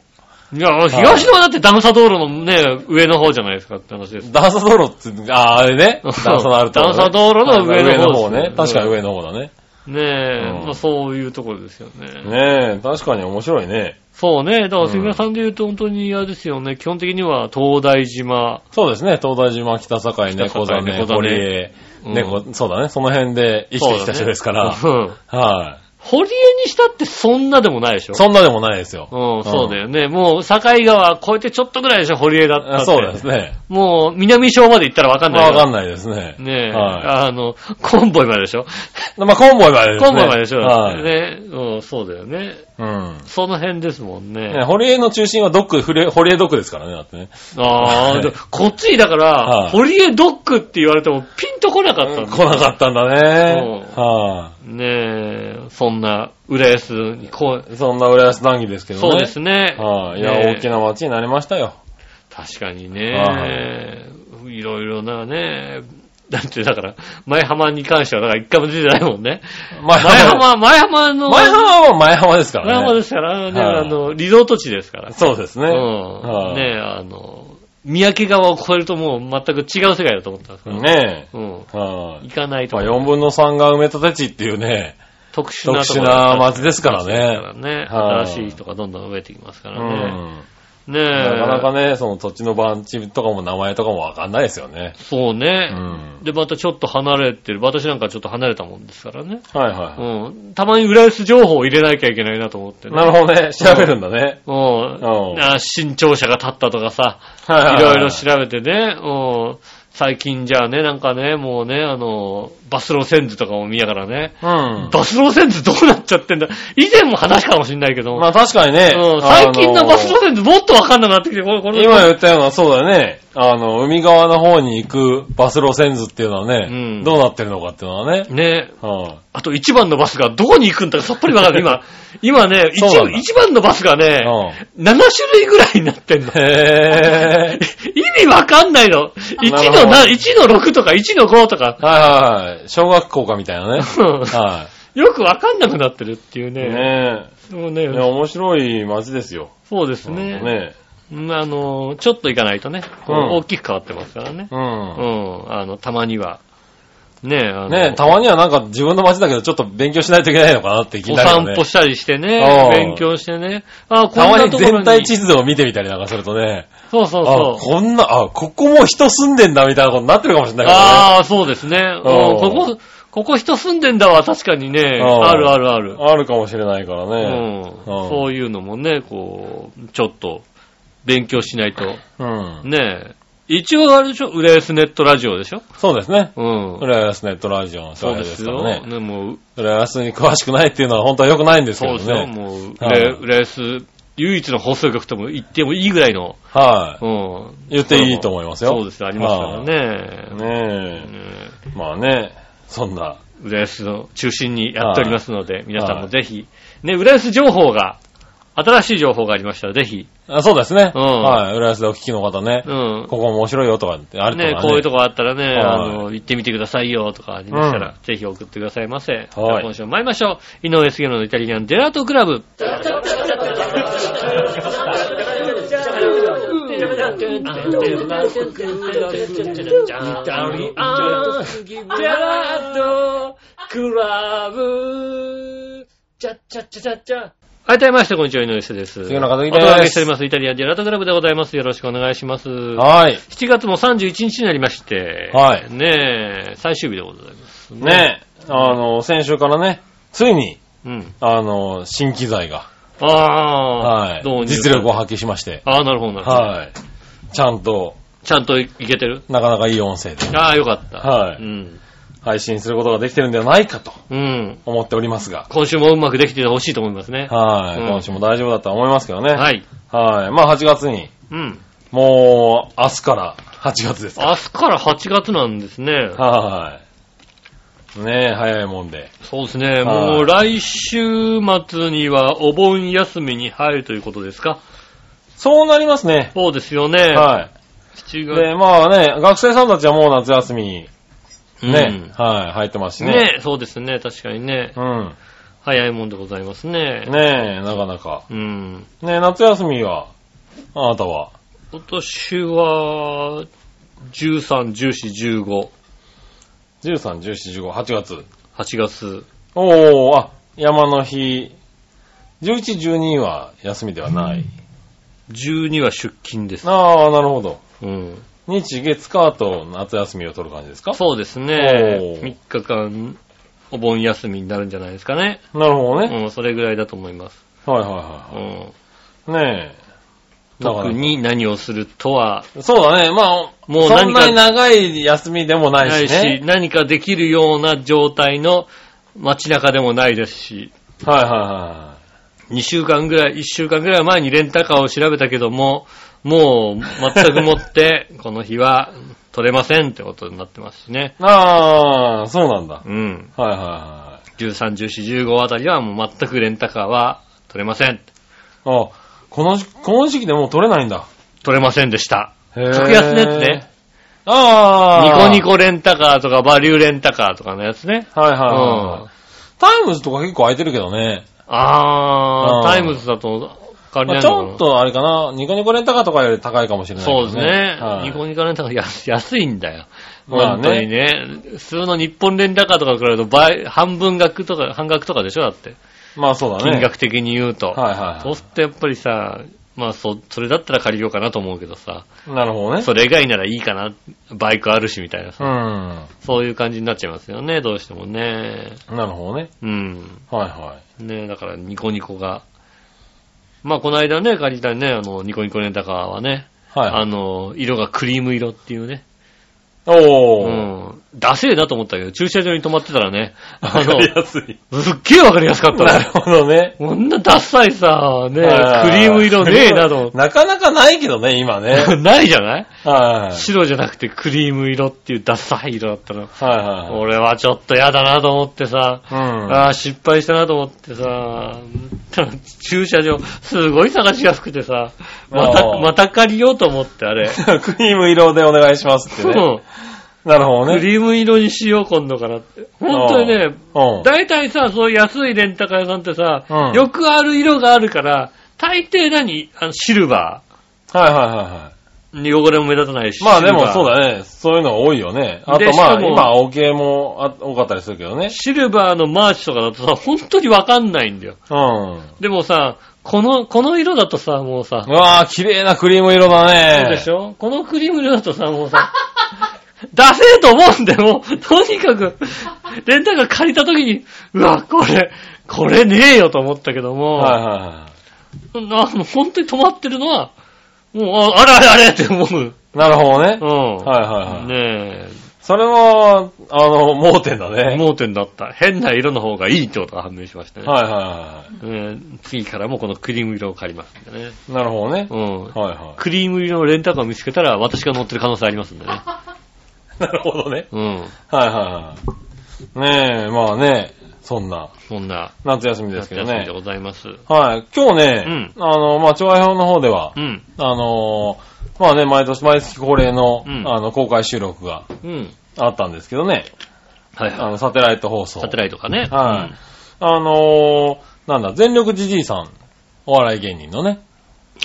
いや、東のはだって段差道路のね、上の方じゃないですかって話です
う。。段差道路って、ああ、あれね。
うん
段差のあるところ、ね。
段差道路の上の方ですね
方ね。確かに上の方だね。
ねえ、
うん
まあそういうところですよね。
ねえ、確かに面白いね。
そうね。だか
うん
ら、杉村さんで言うと本当に嫌ですよね。基本的には、東大島。
そうですね、東大島、北境、猫座
北
ね、
境
堀江
ね、
猫、そうだね、その辺で生きてきた人ですから。
そうだねうん
はい。
堀江にしたってそんなでもないでしょ
そんなでもないですよ。
うん、そうだよね。もう、境川越えてちょっとぐらいでしょ、堀江だったっ
あ
て。
そうですね。
もう、南小まで行ったらわかん
ま
ない
あわ
から
かんないですね。
ねえ、
は
あの、コンボイまででしょ
い。まあコンボイまでですね。
コンボイまででしょ、
はい。
ね、うん、そうだよね。
うん。
その辺ですもんね。
ね堀江の中心はドック、堀江堀江ドックですからね、だってね。
あ
は
あ、
い
でこっちにだから、
はい
堀江ドックって言われてもピンとこなかったんだ、
来なかったんだね。
うん
は
ねえ、そんな、浦安にこう、
い。そんな浦安談義ですけどね。
そうですね。
はい。いや、
ねえ
大きな町になりましたよ。
確かにね、いろいろなね、だってだから、前浜に関しては、だから一回も出てないもんね。
前
前浜、前浜の、
前浜はもう前浜ですからね。
前浜ですから、ね、
はい
あの、リゾート地ですから。
そうですね。
う
は
ん。
い
ねえ、あの、三宅川を越えるともう全く違う世界だと思ったんですから。
ね
うん。
え。はい
行かないと
まあ、
思う。
4分の3が埋め立て地っていうね。
特殊なところ
特殊な街ですからね
ですからね
は
新
い
しい人がどんどん増えてきますか
う
らね。
ん。
ねえ。
なかなかね、その土地の番地とかも名前とかもわかんないですよね。
そう
う
ね。
ん。
で、またちょっと離れてる。私なんかちょっと離れたもんですからね。
はいは
うん。たまに浦安情報を入れなきゃいけないなと思って
い。
ね。
なるほどね。調べるんだね。
うん。
うん
あ新庁舎が立ったとかさ。
はい
ろいろ調べてね、うん最近じゃあね、なんかね、もうね、あの、バスローセンズとかも見ながらね、
うん。
バスローセンズどうなっちゃってんだ以前も話したかもしんないけど、
まあ確かにね。
うん最近
あ
の
ー
バスローセンズもっとわかんなくなってきて、これ、こ れ、
今言ったような、そうだね。あの、海側の方に行くバス路線図っていうのはね、
うん
どうなってるのかっていうのはね。
ね、
は
あと一番のバスがどこに行くんだかさっぱりわかんない。今、今 ね、一
そうなんだ
一番のバスがね、7種類ぐらいになって んの
い。。へぇー。
意味わかんないの。1
なるほど
のな、1の6とか1の5とか、
はいはいはい。小学校かみたい なね。
う
は
んよくわかんなくなってるっていう
い。
ね。
ね
もう
え。
ね
いや、面白い街ですよ。
そうですね。
ね
うんあの、ちょっと行かないとね、こう
うん
大きく変わってますからね
え。。う。
うんん、あの、たまには。ねえ、あの、
ねえ、たまにはなんか自分の街だけどちょっと勉強しないといけないのかなって気に
お
なるよね。
散歩したりしてね
うん、
勉強してね。あ、こ
た
ん
ま
な
に
ところ
全
に。
体地図を見てみたりなんかするとね、
そうそう
あ、
そう。
こんな、あ、ここも人住んでんだみたいなことになってるかもしれないからね。
ああ、そうですね。うんここ、ここ人住んでんだわ、確かにね。
うん
あるあるある。
あるかもしれないから
う
ね。
ん。
うん
そういうのもね、こう、ちょっと、勉強しないと。
うん。
ねえ。一応あれでしょ浦安ネットラジオでしょ
そうですね。
うん。
浦安ネットラジオの
そ
紹
う
介
で
です
す
か
よ。
らね。
ね、もう、
浦安に詳しくないっていうのは本当は良くないんですけ
そう
ど
ですよ、
ね。
もう、
はい
レ浦安、唯一の放送局とも言ってもいいぐらいの、
は
うん。
い。言っていいと思いますよ。
そうですよ、ありますからね。
ね
ね
え。まあね、そんな。
浦安の中心にやっておりますので、皆さん
は
も
い
ぜひ、ね、浦安情報が、新しい情報がありましたら、ぜひ、
あそうですね。
うん
はい。浦安でお聞きの方ね
う。ん。
ここ面白いよとかってあるとか
ね
ね。
こういうとこあったらね、あ
はい
の、行ってみてくださいよとかありましたら、ぜひ送ってくださいませ。はい、
はい
今週も参りましょう。井上杉野のイタリアンデラートクラブ。改めまして、こんにちは、井上です。
杉村和樹
お
です
届けしております、イタリアンジェラートクラブでございます。よろしくお願いします。7
はい。
月も31日になりまして、
はい
ねえ、最終日でございます。
ねえ、あの、先週からね、ついに、
うん。
あの、新機材が、
ああ、
はい
導入。
実力を発揮しまして、
ああ、なるほど、なるほど。
はい。ちゃんと、
ちゃんといけてる
なかなかいい音声で
ああ、よかった。
はい
うん。
配信することができてるんではないかと
うん。
思っておりますが、
今週もうまくできてほしいと思いますね。
はい。
うん
今週も大丈夫だとは思いますけどね。
はい。
はい。まあ8月に、
うん。
もう、明日から8月ですか
明日から8月なんですね。
はい。ねえ、早いもんで。
そうですね。
はい
もう来週末にはお盆休みに入るということですか。
そうなりますね。
そうですよね。
は
7月。
い。で、まあね、学生さんたちはもう夏休みに
うん
ね、はい、入ってますしね。
ねそうですね。確かにね。
うん。
早いもんでございますね。
ねえ、なかなか。
うん。
ねえ、夏休みは、あなたは、
今年は、13、14、15、
13、14、15、8月。
8月。
おー、あ、山の日。11、12は休みではない。
12は出勤です。
ああ、なるほど。
うん。
日、月、火と夏休みを取る感じですか
そうです
お
ね。
ー
3日間、お盆休みになるんじゃないですかね。
なるほどね。
うん、それぐらいだと思います。
はいは
う
い
ん。
はいはい。ねえ。だから
特。に何をするとは
そうだね。まあ、
もう
そ
何
ん
か
なに長い休みでもな
ないい
し
し
ね。、
何かできるような状態の街中でもないですし、
はいはいは
2週間ぐらい、1週間ぐらい前にレンタカーを調べたけども、もう全くも って、この日は取れませんってことになってますしね。
い。ああ、そうなんだ。
うん。
はいはいは
13、14、15あたりはもう全くレンタカーは取れません。
い。あこの時、この時期でもう取れないんだ。
取れませんでした。
へえ
格安のやつね。。ニ
あ
コ
あ。
ニ。コレンタカーとかバリューレンタカーとかのやつね。
はいはいうは
ん
いはい。。タイムズとか結構空いてるけどね。
あ
うん
ー、タイムズだと変わり
ま
な
あ
いの
ち
かな
ょっとあれかな、ニコニコレンタカーとかより高いかもしれないけ
そうで
ど
すね。
はい
ニコニコレンタカー安安いんだよ。
まあ
本
ね
当にね。普通の日本レンタカーとかと比べると倍、半分額とか、半額とかでしょだって。
まあそうだね。
金額的に言うと。
はいはい
そう
は
するとやっぱりさ、まあそ、それだったら借りようかなと思うけどさ、
い。なるほどね。
それ以外ならいいかな、バイクあるしみたいな
う
さ、
ん。
そういう感じになっちゃいますよね、どうしてもね。
なるほどね。
うん。
はいはい。
ねだからニコニコが。まあ、この間ね、借りたね、あの、ニコニコレンタカーはね、
はいは
あ
い。
の、色がクリーム色っていうね。
お
う
ー。
ん。ダセえなと思ったけど、駐車場に止まってたらね、あ
わかり
の、
や すい。
すっげえわかりやすかった
なる
ね。
ほどね。
こんなダッサいさ、ね、クリ
はい
ーム色ねえなと思っ
なかなかないけどね、今 ね。
て。ないじゃない
はいはい。
白じゃなくてクリーム色っていうダッサい色だったの。
はい
俺はちょっと嫌だなと思ってさ、
はい。
ああ、失敗したなと思ってさ、 駐車場、すごい探しやすくてさ、また、
あー
また借りようと思って、あ れ。
うん。 クリーム色でお願いしますってね。
うん
なるほど
ク
ね。
リーム色にしよう、今度からって。本当にね、
うん。
大体さ、そういう安いレンタカー屋さんってさ、
うん
よくある色があるから、大抵何あの、シルバ
はいはいはいは
ー。汚れも目立たないし。
い。まあでもそう
ね。
だね。そういうのが多いよね。あ
で
と
し
ま
か
あ
も
今青系もあ多かったりするけどね。
シルバーのマーチとかだとさ、本当にわかんないんだよ。
うん。
でもさ、この、この色だとさ、もうさ
う、わぁ、綺麗なクリーム色だ
そう
ね。
でしょこのクリーム色だとさ、もうさ、 出せえと思うんだよ、もう。とにかく、レンタカー借りた時に、うわ、これ、これねえよと思ったけども、
はいはいは
な、もう本当に止まってるのは、もう、ああれあれあれって思う。
い。なるほどね。
うん。
はいはいはい。
ね
それは、あの、盲点だ
え、
ね。
盲点だった。変な色の方がいいってことが判明しましたね。
はいはいは
ねえ次からもこのクリーム色を借りますんでね。
い。なるほどね。
うん。
はいは
クリーム色のレンタカーを見つけたら、私が乗ってる可能性ありますんでね。
い。なるほどね。
うん。
はいはいはい。ねえ、まあね、そんな、
そんな、
夏休みですけ
夏
ど
休みで
ね。
ございます。
はい。今日ね、あの、まあ、調和表の方では
う、ん。
あのーまあね、毎年、毎月恒例の、
うん
あの、公開収録が
うん。
あったんですけどね。
はい
あ
はい。
の、サテライト放送。
サテライトかね。
はい。あのーなんだ、全力じじいさん、お笑い芸人のね、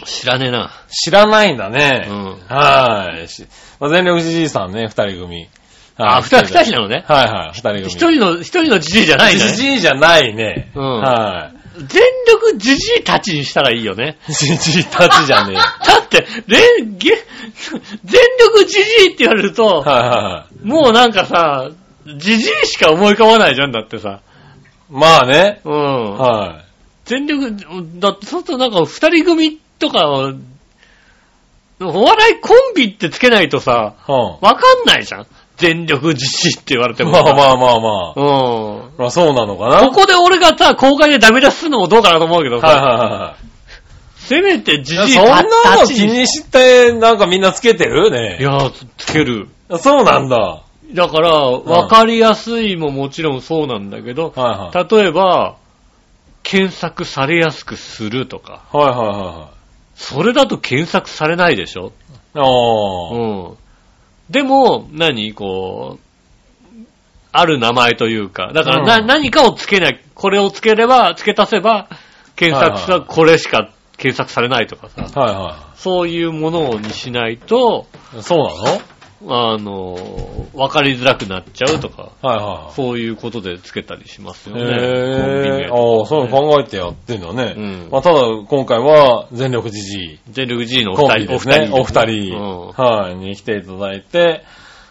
知らねえな。
知らないんだね。
うん
はーい。しまあ、全力じじいさんね、二人組。
あ
はい
二人二人なのね
はいはい、二人組。
一人の、一人のじじいじゃないんだ
じ
ね。
じいじゃないね。
うん
は
全力じじいたちにしたらいいよね。
い。じじいたちじゃねえよ。
だって、れんげ全力じじいって言われると、
はいはいはい。
もうなんかさ、じじいしか思い浮かばないじゃんだってさ。
まあね。
うん。
は
全力、だってそうするとなんか二人組とかは、お笑いコンビってつけないとさ、
い。う
わかんないじゃん。全力じじいって言われて
ん。
も
ま
さ。
あまあまあまあ。
うん。
まあそうなのかな。
ここで俺がさ、公開でダメ出しするのもどうかなと思うけどさ、
はいはいはいはい。
せめてじ
いや
じい
そんなの気
い
にして、なんかみんなつけてるね。
や、つける。
そうなんだ。は
だから、わかりやすいももちろんそうなんだけど
い、はい。はい
例えば、検索されやすくするとか、
はいは
それだと検索されないでしょ
いはい。おー。
うん。でも、何こう、ある名前というか、だからな、
うん
何かをつけない、これをつければ、付け足せば、検索
はい
さ、これしか検索されないとかさ、
はいは
そういうものにしないと、
い。そうなのはい
あの、わかりづらくなっちゃうとか、
は
そういうことでつけたりしますよ
い。
ね。コンビニ
へ
で
ー。ああ、そういうの考えてやってんだね。
うん
まあただ、今回は、全力じじい。
全力 G のお
コン
二
ビ
人、
ですね。お二
ですね
人。
うん
はい。に来ていただいて、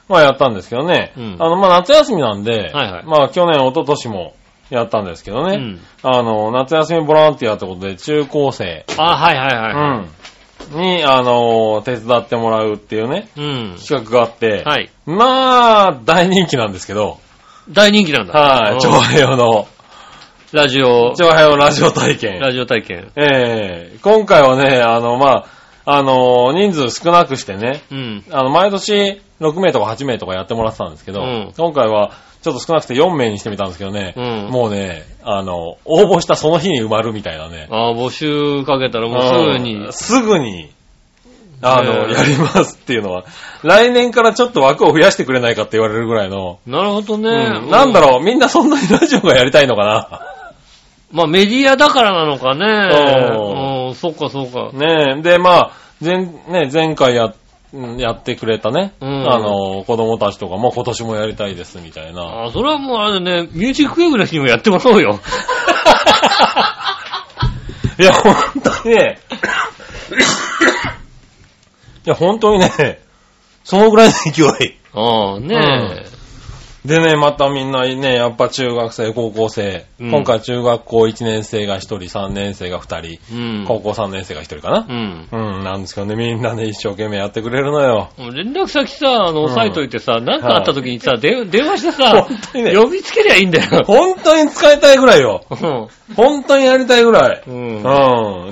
まあやったんですけどね。
うん
あの、まあ夏休みなんで、
はいはい
まあ去年、一昨年もやったんですけどね。
うん
あの、夏休みボランティアってことで、中高生。
あ、はいはいは
うん。に、あのー手伝ってもらうっていうね、
い。うん。
企画があって、
はい。
まあ、大人気なんですけど、
大人気なんだ。
はい、長
う
平洋の、
んラジオ、
長平洋ラジオ体験。
ラジオ体験。
ええ今回はね、あの、まあ、あのー人数少なくしてね、
うん。
あの、毎年6名とか8名とかやってもらってたんですけど、
うん
今回はちょっと少なくて4名にしてみたんですけどね、
うん
もうね、あの、応募したその日に埋まるみたいなね。
ああ、募集かけたらもうすぐに
うん。すぐに、あの、
ねえ
やりますっていうのは、来年からちょっと枠を増やしてくれないかって言われるぐらいの、
なるほどね。
うんなんだ
ろ
ろう、みんなそんなにラジオがやりたいのか
う。まあメディアだからなのか
うん
ね。うん、そっかそっか。
な。ねえ、で、まあ、前、ね、前回や、うんやってくれたね、
うん
あの、子供たちとかも今年もやりたいですみたいな。
ああ、それはもうあれだね、ミュージックウェーブの日にもやってもらおう よ。
いや、本当にね、いや、本当にね、そのぐらいの勢い。
ああ、ね
でね、またみんなね、やっぱ中学生、高校生、
うん
今回中学校1年生が1人、3年生が2人、
え。うん。
高校3年生が1人かな
う。ん。
うん、なんですけどね、みんなね、一生懸命やってくれるのよ。
もう連絡先さ、あの、押さえといてさ、なんかあった時にさ、で電話してさ
本当に、ね
呼びつけりゃいいんだよ。
本当に使いたいぐらいよ。本当にやりたいぐらい。
うん。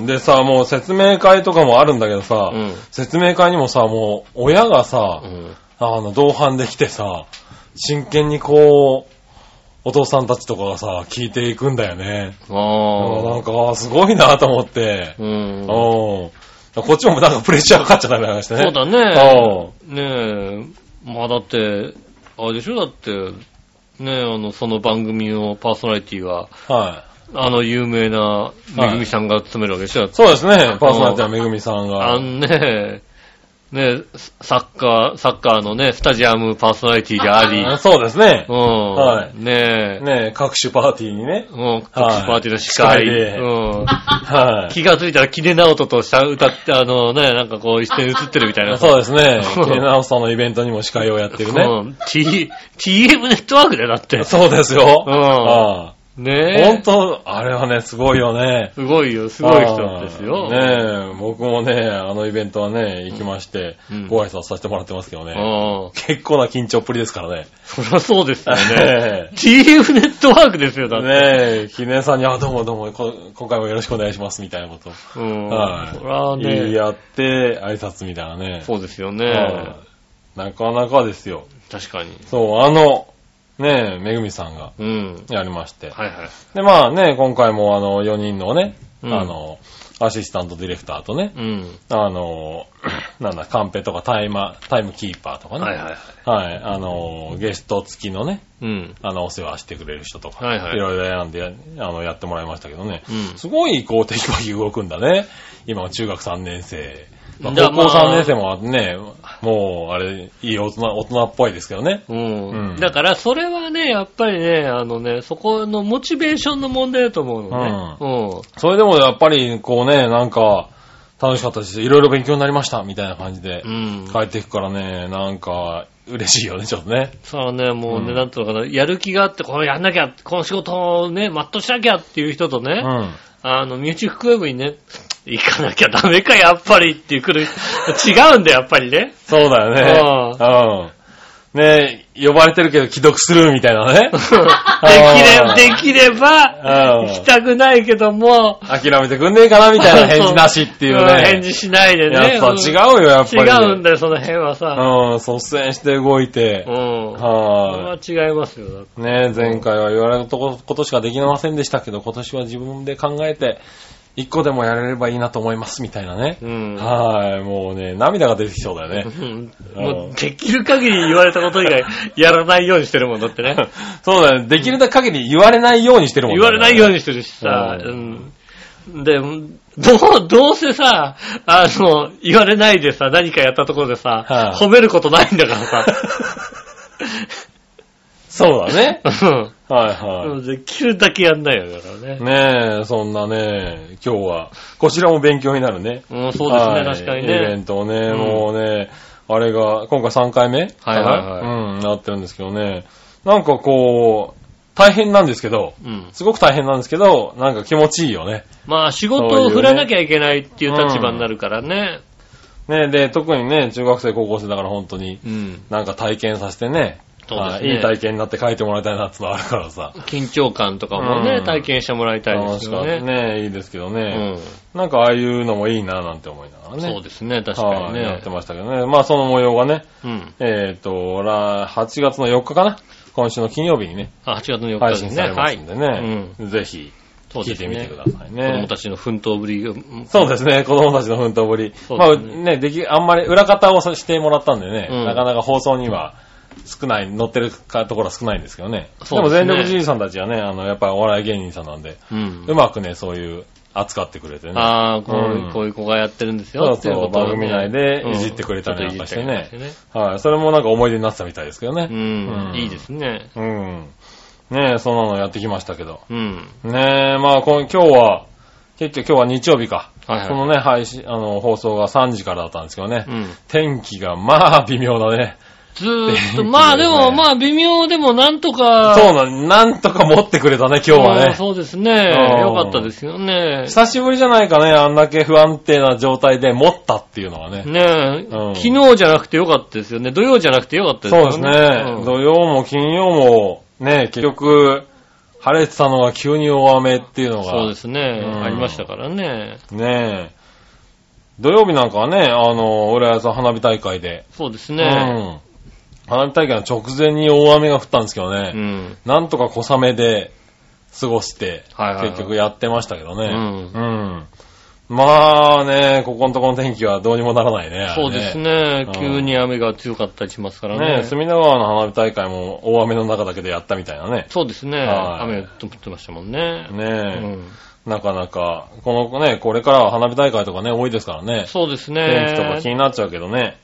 うん。でさ、もう説明会とかもあるんだけどさ、
うん
説明会にもさ、もう親がさ、
うん。
あの、同伴できてさ、真剣にこう、お父さんたちとかがさ、聞いていくんだよね。あーな
あ
んか、あーすごいなと思って
あ。。うん。
うん。こっちもなんかプレッシャーかかっちゃダメな話ね。
そうだね。ねえ。まあだって、あれでしょだって、ねえ、あの、その番組のパーソナリティは、
うん。はい。
あの有名な
い
めぐみさんが務めるわけでしょ、だって
そうですね。パーソナリティはめぐみさん
あ
が。
のねえ、ねえ、サッカー、サッカーのね、スタジアムパーソナリティであり、
そうですね
うん。。
はい
ねえ、
ね各種パーティーにね。
うん、各種パーティーの司会、
はい司会で
うん。
はい。
気がついたら、キネナオトとしゃ歌って、あのね、なんかこう一緒に映ってるみたいな。。
そうですねケイナオさんのイベントにも司会をやってるね。
うん。T、TM ネットワークだよ、だって。
そうですよ。
うん
あ
ね
ー
え。
本当あれはね、すごいよね。
すごいよ、すごい人ですよ。
あーねえ、僕もね、あのイベントはね、行きまして
うん、
ご挨拶させてもらってますけどね。
うん。
結構な緊張っぷりですからね。
そりゃそうですよ ね。
ええ
TF ネットワークですよ、だって。
ねえ、記念さんに、あ、どうもどうも、こ今回もよろしくお願いします、みたいなこと。
うん。
はい。
そりゃね。
やって、挨拶みたいなね。
そうですよ
は
ね。
いなかなかですよ。
確かに。
そう、あの、ねえ、めぐみさんが
うん。
やりまして。
はいはい。
で、まあね、今回もあの、4人のね、
うん
あの、アシスタントディレクターとね、
うん。
あの ーなんだ、カンペとかタイマー、タイムキーパーとかね。
はいはいはい。
はい、あのーゲスト付きのね、
うん。
あの、お世話してくれる人とか、
はいはい
ろいろ選んでや、あの、やってもらいましたけどね。
うん
すごい、こう、テキパキ動くんだね。今は中学3年生。まあ
じゃあ
高校
まあ
3年生もね、もう、あれ、いい大人、大人っぽいですけどね。
うん
うん
だから、それはね、やっぱりね、あのね、そこのモチベーションの問題だと思うのね。
それでもやっぱり、こうね、なんか、楽しかったし、いろいろ勉強になりました、みたいな感じで
う、ん。うん。
帰っていくからね、なんか、嬉しいよね、ちょっとね。
そらね、もうね、
うん
なんとかな、やる気があって、これやんなきゃ、この仕事をね、全うしなきゃっていう人とね、
うん。
あの、ミュージックウェーブにね、行かなきゃダメか、やっぱりっていう来る、違うんだよ、やっぱり ね。
そうだよね。うん。ね呼ばれてるけど既読するみたいな ね。ー
できれ、できれば、
う
行
ん
き。たくないけども、
諦めてくんねえかなみたいな返事なしっていう
そううん
ね。
返事しないでね。
やっぱ違うよ、やっぱり。
違うんだよ、その辺はさ。
うん、率先して動いて
う。ん。
は
それは違いますよ。だって
い。ね前回は言われたことしかできませんでしたけど、今年は自分で考えて、一個でもやれればいいなと思います、みたいなね。
うん。
はい、もうね、涙が出てきそうだよね。
うんもうできる限り言われたこと以外やらないようにしてるもんだ ってね。
そうだよね、できる限り言われないようにしてるもん
言われないよう
に。
にしてるしさ、
う
うん。で、どう、どうせさ、あの、言われないでさ、何かやったところでさ、
はい
褒めることないんだから
そうだね。
さ、
はいはい。
うん。できるだけやんないよ、だからね。
ねえ、そんなね、今日は、こちらも勉強になるね。
うん、そうです
は
ね、
い
確かに
イベ
ね。
ントをね、
ん
もうね、あれが、今回3回目
はいはいはい
かなうん、なってるんですけどね。なんかこう、大変なんですけど、
うん。
すごく大変なんですけど、なんか気持ちいいよね。
まあ、仕事を振らなきゃいけないっていう立場になるからね。
ねで、特にね、中学生、高校生だから本当に、
うん。
なんか体験させてね、
そうですね
はいいい体験になって書いてもらいたいなってのあるからさ。
緊張感とかもね、
うん
体験してもらいたいですよね。
楽しかったね、いいですけど
う
ね。
ん。
なんかああいうのもいいななんて思いながらね。
そうですね、確か
は
に
い、や
ね
って。ましたけどね。まあその模様がね、
うん。
えっ、と、ら8月の4日かな今週の金曜日にね、
あ、8月の4
配
日で
信
す
さ
ね。
れま
は
す
い。
んで
うん
ね、ぜひ
そう
聞
で
い
す
て
ね
みてください
子供
ね。
たちの奮闘ぶりが、うん
そうですね、子供たちの奮闘ぶり。
そう
まあ
ですね
ね、でき、あんまり裏方をさしてもらったんでね、
うん
なかなか放送には少ない、載ってるかところは少ないんですけどね。で
そうで
も
すね
全力じいさんたちはね、あの、やっぱりお笑い芸人さんなんで、
うん
うまくね、そういう、扱ってくれてね。
ああ、こういう、
うん
こういう子がやってるんですよ。
そう
ってい
そうう、
ことをね
番組内で
うん
いじってくれたりなんかしてね
ちょっといじってくれたり。
はい。それもなんか思い出になってたみたいですけど
う
ね。
ん、
うん
いいですね。
うん。ねえ、そんなのやってきましたけど。
うん。
ねえ、まあこん今日は、結局今日は日曜日か。
はいはい
このね、配信、あの、放送が3時からだったんですけどね。
うん
天気がまあ微妙だね。
ずーっと、まあでも、まあ微妙でもなんとか。
そうなん、なんとか持ってくれたね、今日は
うん
ね。
そうですね。
うん
よかったですよね。
久しぶりじゃないかね、あんだけ不安定な状態で持ったっていうのはね。
ねえ、
うん
昨日じゃなくてよかったですよね。土曜じゃなくてよかったです
そう
よね。
ですね。
うん
土曜も金曜も、ね、結局、晴れてたのが急に大雨っていうのが、
そうですね、
うん
ありましたからね。
ねえ。土曜日なんかはね、あの、浦安花火大会で、
そうですね。
うん。花火大会の直前に大雨が降ったんですけど
う
ね、
ん。
なんとか小雨で過ごして、
はいはいはい
結局やってましたけどね。
う
うんまあね、ここのところの天気はどうにもならないね。あれ
そうですね
う。ん
急に雨が強かったりしますから
ね
ね。
え、隅田川の花火大会も大雨の中だけでやったみたいなね。
そうですね。
はい
雨が降ってましたもんね。う
ね
ん、
え、なかなか、このね、これからは花火大会とかね、多いですからね。
そうです
天気とか気
ね。
になっちゃうけどね。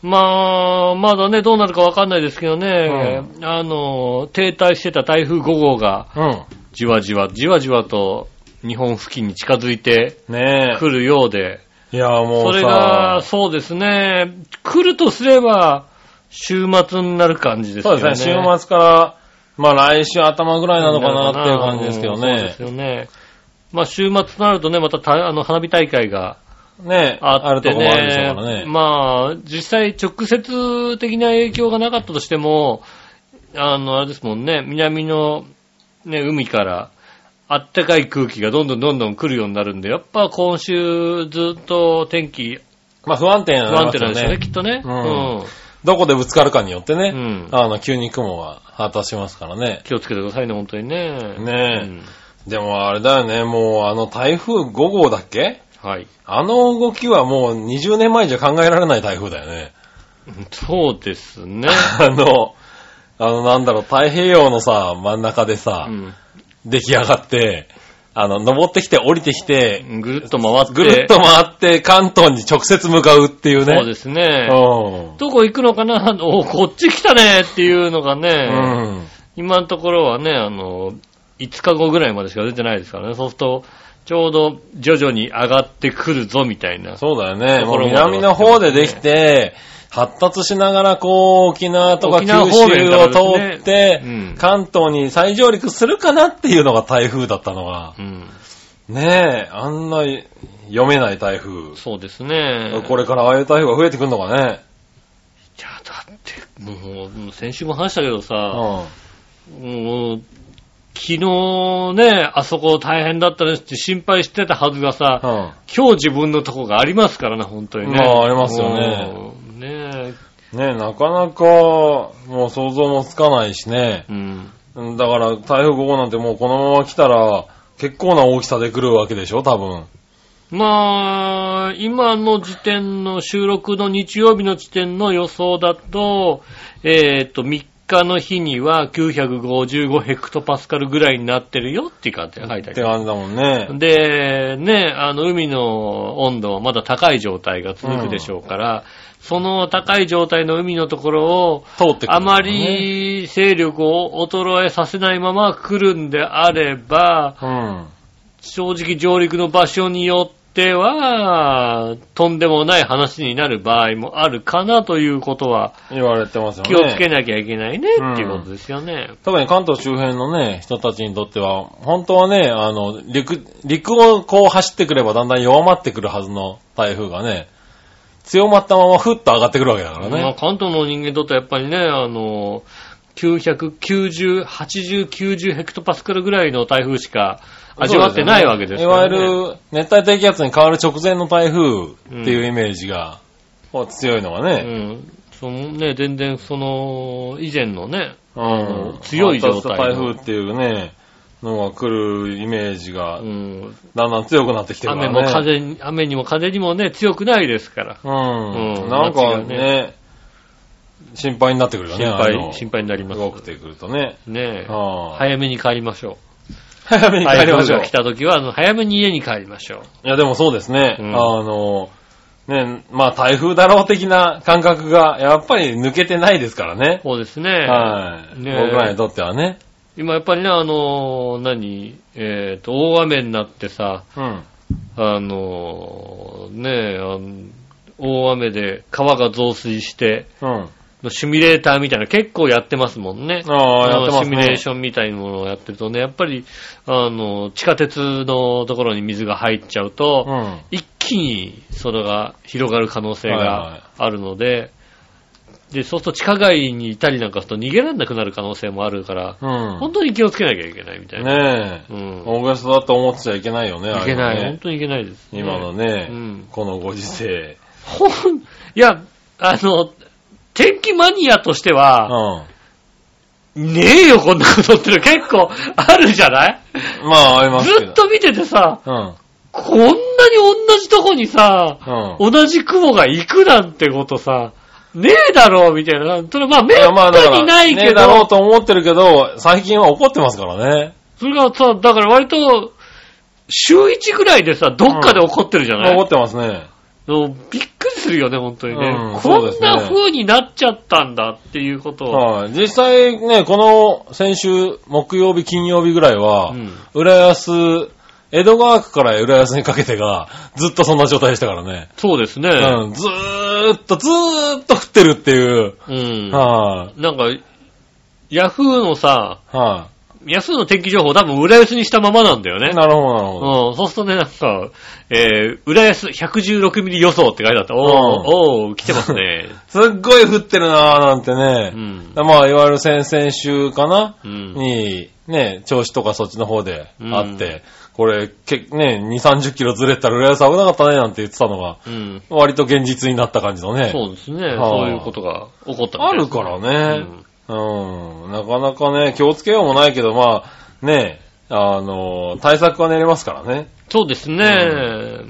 まあ、まだね、どうなるかわかんないですけどね、あの、停滞してた台風5号が、
うん。
じわじわ、じわじわと日本付近に近づいて
ね
くるようで、
え。いや、もうさ。
それが、そうですね、来るとすれば、週末になる感じです
そ
よ
う
ね。
ですね、週末から、まあ来週頭ぐらいなのかなっていう感じですけど
うんそうで
ね
す。よね。まあ週末となるとね、またたあの花火大会が
ねえ、あ
あ
る
っ
と
て
こ
ね
もあるでしょうからね。
まあ、実際直接的な影響がなかったとしても、あの、あれですもんね、南の、ね、海から、あったかい空気がどんどんどんどん来るようになるんで、やっぱ今週ずっと天気
まあ不安定に
不
な
安
りま
定
す
なん
よ
ですよね、
ね。
きっとね。
う
うんん。
どこでぶつかるかによってね、
うん
あの、急に雲が発達しますからね。
気をつけてくださいね、本当にね。
ね
う
え
ん
でもあれだよね、もうあの台風5号だっけ
はい。
あの動きはもう20年前じゃ考えられない台風だよね。
そうですね。
あの、あの、なんだろう、太平洋のさ、真ん中で
う
さ、
ん。
出来上がって、あの、登ってきて降りてきて、
ぐるっと回って。
ぐるっと回って関東に直接向かうっていうね。
そうですね。
うん
どこ行くのかな おこっち来たねっていうのがね、
うん。
今のところはね、あの、5日後ぐらいまでしか出てないですからね。そうすると、ちょうど徐々に上がってくるぞみたいな。
そうだよね。
とこ
もう
ろも
南の方でできて、発達しながら、こう、沖縄とか
沖
九
縄方面
州
から
を
ですね
通って
うん、
関東に再上陸するかなっていうのが台風だったのが、
うん。
ねえ、あんな読めない台風。
そうですね。
これからああいう台風が増えてくるのかね。
いや、だって、もうもう、先週も話したけどさ、
うん
もう、昨日ね、あそこ大変だったねって心配してたはずがさ、
うん。
今日自分のとこがありますからね、本当にね。
まあありますよね
うん。ね
ねえ、なかなか、もう想像もつかないしね
え。。うん。
うんだから、台風5号なんてもうこのまま来たら、結構な大きさで来るわけでしょ、多分。
まあ、今の時点の収録の日曜日の時点の予想だと、えっ、と、3日の日には955ヘクトパスカルぐらいになってるよっていう感じが書いてある
って。感じだもんね。
で、ね、あの、海の温度はまだ高い状態が続くでしょうから、その高い状態の海のところを、
通ってくる、
あま、り勢力を衰えさせないまま来るんであれば、
うん。
正直上陸の場所によっては、とんでもない話になる場合もあるかなということは、
言われてますよね。
気をつけなきゃいけないね
うん
っていうことですよね。
特に関東周辺のね、人たちにとっては、本当はね、あの、陸、陸をこう走ってくればだんだん弱まってくるはずの台風がね、強まったままふっと上がってくるわけだから
まあ、
ね。
関東の人間にとってはやっぱりね、あの、990、80、90ヘクトパスカルぐらいの台風しか味わってないわけです
い
か
わ
ら
ゆ
ね。
る熱帯低気圧に変わる直前の台風っていうイメージが、こう強いのがね、
うん。そのね、全然その、以前のね、
うん
強い状態の
発達した台風っていうね、のが来るイメージが
う、ん、
だんだん強くなってきてるからね。
雨も風に、雨にも風にもね、強くないですから。
う。
うんん
な
間
んか
違いね
ね、心配になってくるよね。
心
あの
配、心配になります。
動くてくるとね。
ねえ。
ああ
早めに帰りましょ
早め
う。
に帰りましょ
台
う。
風が来た時は、あの、早めに家に帰りましょ
いや、でもそうですね。
うん
あの、ね、まあ台風だろう的な感覚が、やっぱり抜けてないですから
う。
ね。
そうですね。
はい。
ねえ
僕らにとってはね。
今やっぱりね、あのー、何、えっ、と、大雨になってさ、
うん。
あのー、ねえ、あの大雨で川が増水して、
うん。
のシミュレーターみたいな結構やってますもんね。
ああ、やってま
の
す
シミュレー
ね。
ションみたいなものをやってるとね、やっぱり、あの、地下鉄のところに水が入っちゃうと、
うん。
一気にそれが広がる可能性
はいはい
があるので、で、そうすると地下街にいたりなんかすると逃げられなくなる可能性もあるから、
うん
本。当に気をつけなきゃいけないみたいな。
ねえ
う。ん。
大げさだと思っちゃいけないよね、
いけ
あ
ない、
れは
本
ね。
当にいけないです、
今の
う
ね
ん、
このご時世。
ほん、いや、あの、天気マニアとしては、
うん。
ねえよ、こんなことっての結構あるじゃない
まあ、ありますけ
ず
ど
っ。と見ててさ、
うん。
こんなに同じとこにさ、
う
同じ雲が行くなんてことさ、ねえだろうみたいな。それまあ、め
ん。
っ
いやまあだか
た
ら
にない
ね
け
えだろう
ど、
と思ってるけど、最近は怒ってますからね。
それがさ、だから割と、週1ぐらいでさ、どっかで起こってるじゃない、
怒ってますね。
そうびっくりするよね、本当にね。
うんそう
こ
です
ん
ね
な風になっちゃったんだっていうことを。
はい。実際ね、この先週、木曜日、金曜日ぐらいは
うん、
浦安、江戸川区から浦安にかけてが、ずっとそんな状態でしたからね。
そうですね。
うん。ずーっと、ずーっと降ってるっていう。
うん。
はい。
なんか、ヤフーのさ、
は
ヤフーの天気情報多分裏安にしたままなんだよね
い。。なるほど、なるほど。
うん、そうするとね、なんか、えー、浦安116ミリ予想って書いてあった。おー、おー、来てます ね。
すっごい降ってるなーなんてね
う。ん。
まあ、いわゆる先々週かな
うん。
に、ね、調子とかそっちの方であって、
うん
これ、けね、2、30キロずれたら浦安危なかったねなんて言ってたのが、
うん。
割と現実になった感じのね。
そうですね。
あ
そういうことが起こったみ
あ
たいで
る
す
からね、うん。なかなかね、気をつけようもないけど、まあ、ね、あの、対策は練れますからね。
そうですね。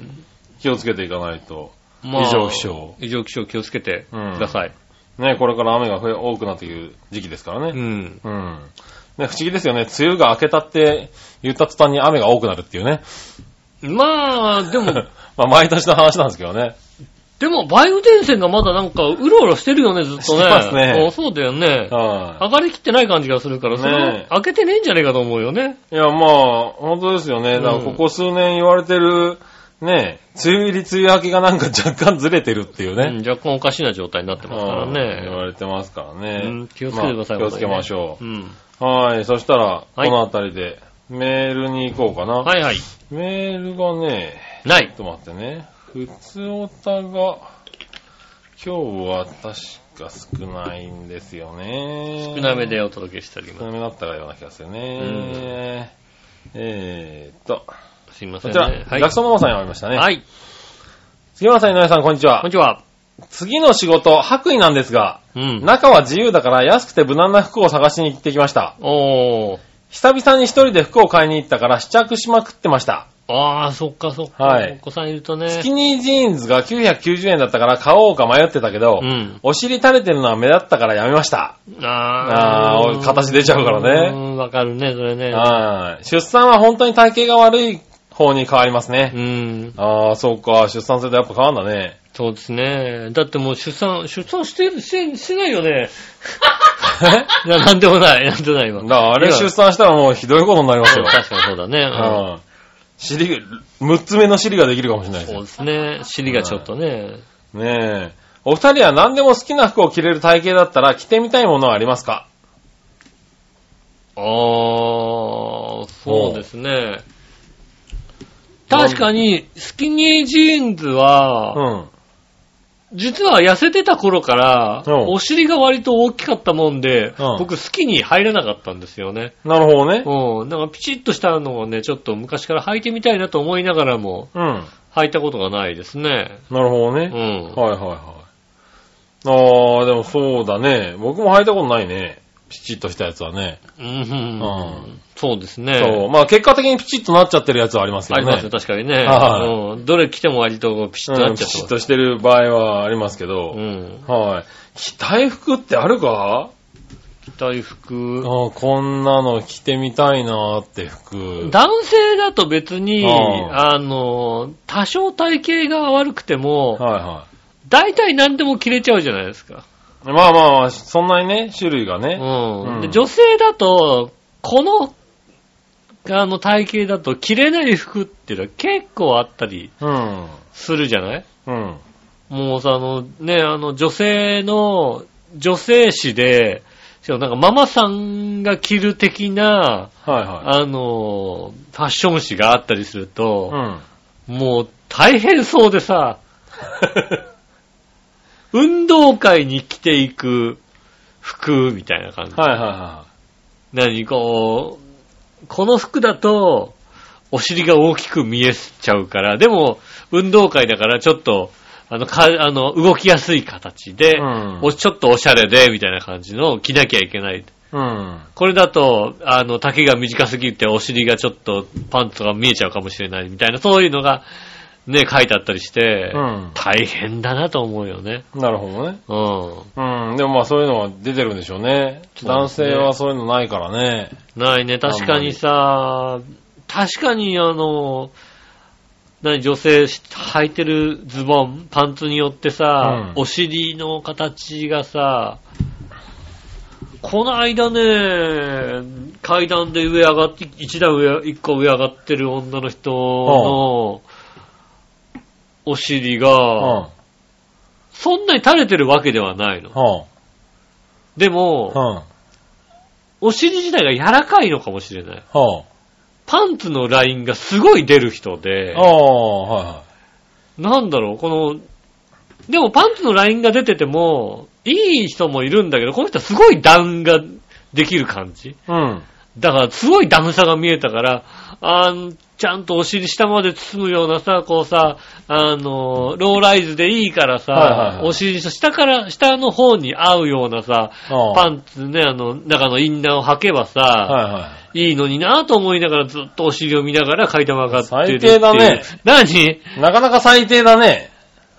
気をつけていかないと。
まあ
異常気象
異常気象気をつけてください。
ね、これから雨が増え多くなってくる時期ですから
うん。
ね。うん。ね、不思議ですよね。梅雨が明けたって言った途端に雨が多くなるっていうね。
まあ、でも、
まあ、毎年の話なんですけどね。
でも、梅雨前線がまだなんか、うろうろしてるよね、ずっと
して
ね。
ますね
うんそうだよね。
は
上がりきってない感じがするから、そ
ね
れ、開けてねえんじゃねえかと思うよね。
い。いや、まあ、本当ですよね。だから、ここ数年言われてる、ね、梅雨入り、梅雨明けがなんか若干ずれてるっていうね。
うん、若干おかしな状態になってますから
うん言
ね。
われてますからね。
うん気をつけてください、
まあ
本
気をつ
当
け
にね
ましょ
うん。
う。はい。そしたら、こ
はい
のあたりで、メールに行こうかな。
はいはい。
メールがね、
な
ちょ
い
っ。と待ってね。普通おたが、今日は確か少ないんですよね。
少なめでお届けしており
少
ま
なめだったような気がするね。えーっと、
す。すいませ
こ
ん
ち
ね。
ら、
はい。
ガクソママさんにありましたね。
はい。
杉村さん、井上さん、こんにち
こん
は
に。ちは。
次の仕事、白衣なんですが、
うん。
中は自由だから安くて無難な服を探しに行ってきました。
おー。
久々に一人で服を買いに行ったから試着しまくってました。
ああ、そっかそっか。
はい
お子さんいるとね。
スキニージーンズが990円だったから買おうか迷ってたけど、
うん。
お尻垂れてるのは目立ったからやめました。
あ
あー形出ちゃうからね
うん、わかるね、それね。
はい出産は本当に体型が悪い方に変わります
う
ね。
ん。
ああ、そうか。出産するとやっぱ変わるんだ ね。
そうですね。だってもう出産、出産してる、して、してないよね。ななんでもない、なんでもないわ。
だからあれ
いや
出産したらもうひどいことになります
そう
よ。
確かにそうだね。うん
うん尻、6つ目の尻ができるかもしれないです
そう
よ
ですね。尻がちょっとね。
ねえ。お二人は何でも好きな服を着れる体型だったら着てみたいものはありますか
あー、そうですね。確かに、スキニージーンズは、
うん。
実は痩せてた頃から、
うん
お尻が割と大きかったもんで、
うん
僕好きに入れなかったんですよね。
なるほどね。
うん。なんかピチッとしたのをね、ちょっと昔から履いてみたいなと思いながらも、
うん。
履いたことがないですね。
なるほどね。
うん。
はいはいはい。ああ、でもそうだね。僕も履いたことないね。ピチッとしたやつはね。
うん
うん
そうですね。
そう。まあ結果的にピチッとなっちゃってるやつはありますけ
あ
ど
り
ね。
ますよ、確かにね。
は
うん。どれ着ても割とピシッとな
う
っ
ん
ちゃっ
ピ
て
チ
ま
ッ
す。
としてる場合はありますけど。
うん。
はい。着たい服ってあるか
着たい服。
ああこんなの着てみたいなーって服。
男性だと別に、
うん
あの、多少体型が悪くても、
はいは
大体何でも着れちゃうじゃないですか。
い。まあまあまあ、そんなにね、種類がね。
う。
うんん
で女性だと、この、あの体型だと着れない服っていうのは結構あったり
うん。
するじゃない
うん。
もうさ、あのね、あの女性の、女性誌で、しかもなんかママさんが着る的な、
はいは
あの、ファッション誌があったりする
い。う
と、
ん。
もう大変そうでさ、運動会に着ていく服みたいな感じ。
はいはいは
何こう、この服だと、お尻が大きく見えちゃうから、でも、運動会だからちょっと、あの、か、あの、動きやすい形で、
うん
おちょっとおしゃれで、みたいな感じのを着なきゃいけない。
い。うん。
これだと、あの、丈が短すぎてお尻がちょっとパンツが見えちゃうかもしれないみたいな、そういうのが、ね、書いてあったりして、
うん
大変だなと思うよね。
なるほどね。
うん。
うん、でもまあそういうのは出てるんでしょうね。
そうで
男
すね
性はそういうのないからね。
ないね。確かにさ、確かにあの、何、女性履いてるズボン、パンツによってさ、
うん
お尻の形がさ、この間ね、階段で上上がって、一段上、一個上上がってる女の人の、お尻
うん。
が、
は
そんなに垂れてるわけではないの。
あ。
でも、
は
お尻自体が柔らかいのかもしれない。
あ。は
パンツのラインがすごい出る人で
あ。あ、あ、はいは
なんだろう、この、でもパンツのラインが出てても、いい人もいるんだけど、この人はすごい段ができる感じ。
い。うん。
だから、すごいダムさが見えたから、あん、ちゃんとお尻下まで包むようなさ、こうさ、あの、ローライズでいいからさ、
はいはいはい
お尻の下から、下の方に合うようなさ、
ああ
パンツね、あの、中のインナーを履けばさ、
はいはい。
いいのになぁと思いながらずっとお尻を見ながら階段上がってるっていう。
最低だね
何
なかなか最低だね。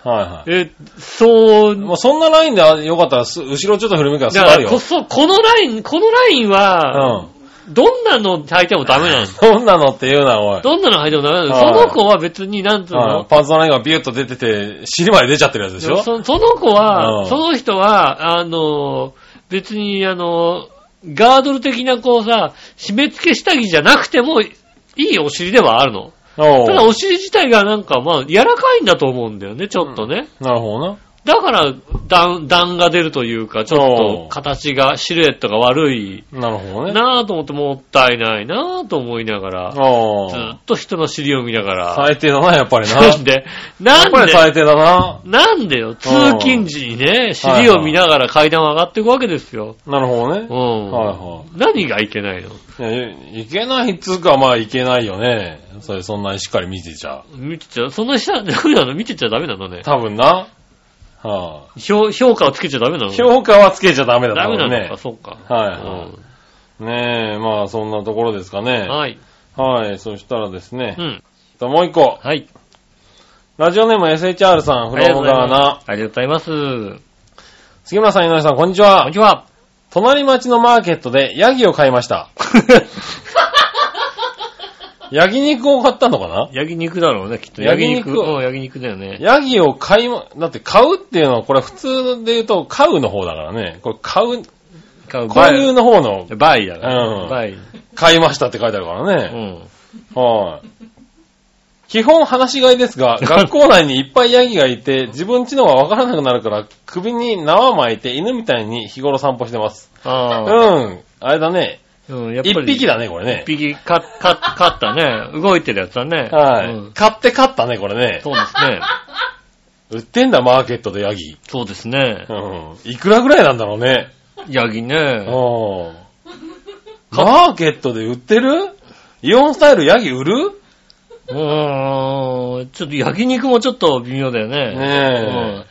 は
え、そう、
いはい。もうそんなラインでよかったらす、後ろちょっと振り向けばすぐ
だ
あ
か
る
らこ
よ。
そ、このライン、このラインは、
うん。
どんなの履いてもダメなの。
どんなのって言うな、おい。
どんなの履いてもダメなの。
はい
その子は別に、なんつう
はい
の。
パンツのラインがビュッと出てて、尻まで出ちゃってるやつでしょ
そその子
う
は、
ん
その人は、あの、別に、あの、ガードル的なこうさ、締め付け下着じゃなくても、いいお尻ではあるの。
おう
ただお尻自体がなんか、まあ、柔らかいんだと思うんだよね、ちょっとね。
なるほどな。
だから、段、段が出るというか、ちょっ
お
と
う
形が、シルエットが悪い
なるほどね。
なぁと思ってもったいないなぁと思いながら、
おう
ずっと人の尻を見ながら、
最低だな、やっぱりな。
なんで、な
やっぱ
ん
り
で、
最低だな。
なんでよ、通勤時にね、尻を見ながら階段を上がっていくわけですよ。
なるほどね
う。ん。
は
何がいけないの
いはいいや。いいけないっつうか、まあいけないよね。それそんなにしっかり見てちゃ。
見てちゃ、そんな 下、ダメなの見てちゃダメなのね。
多分な。は
評評価をつけちゃダメなの
い。評価はつけちゃダメだ
ダメ
多
な
分
の
ね
か、。そうか。
はいはねえ、まあそんなところですか
う
ね
ん。。はい。
はい、そしたらですね
う。ん。
ともう一個。
はい。
ラジオネーム SHR さん、フロムガーナ。
ありがとうございます。ありがとうございます。
杉村さん、井上さん、こんにち
こん
は
に。ちは。
隣町のマーケットでヤギを買いま した。ヤギ肉を買ったのかな
焼肉だろうね、きっと。
焼
焼
肉
肉。うん、焼肉だよね。
ヤギを買いま、だって買うっていうのは、これ普通で言うと、買うの方だからね。これ買う、
買う
購入の方の、
バイだから。
うん
バイ。
買いましたって書いてあるから
う
ね。
ん。
はい。基本話し飼いです が、学校内にいっぱいヤギがいて、自分ちのがわからなくなるから、首に縄巻いて犬みたいに日頃散歩してます。
ああ。
うん。あれだね。
うん、やっぱ
一
り。
匹だね、これね
一。匹、か、か、勝ったね。動いてるやつだね。
はい、
うん
買って買ったね、これね。
そうですね。
売ってんだ、マーケットでヤギ。
そうですね
う。ん。いくらぐらいなんだろうね。
ヤギ
う
ね。
ん。マーケットで売ってるイオンスタイルヤギ売る
うーん。ちょっと焼肉もちょっと微妙だよね。
ね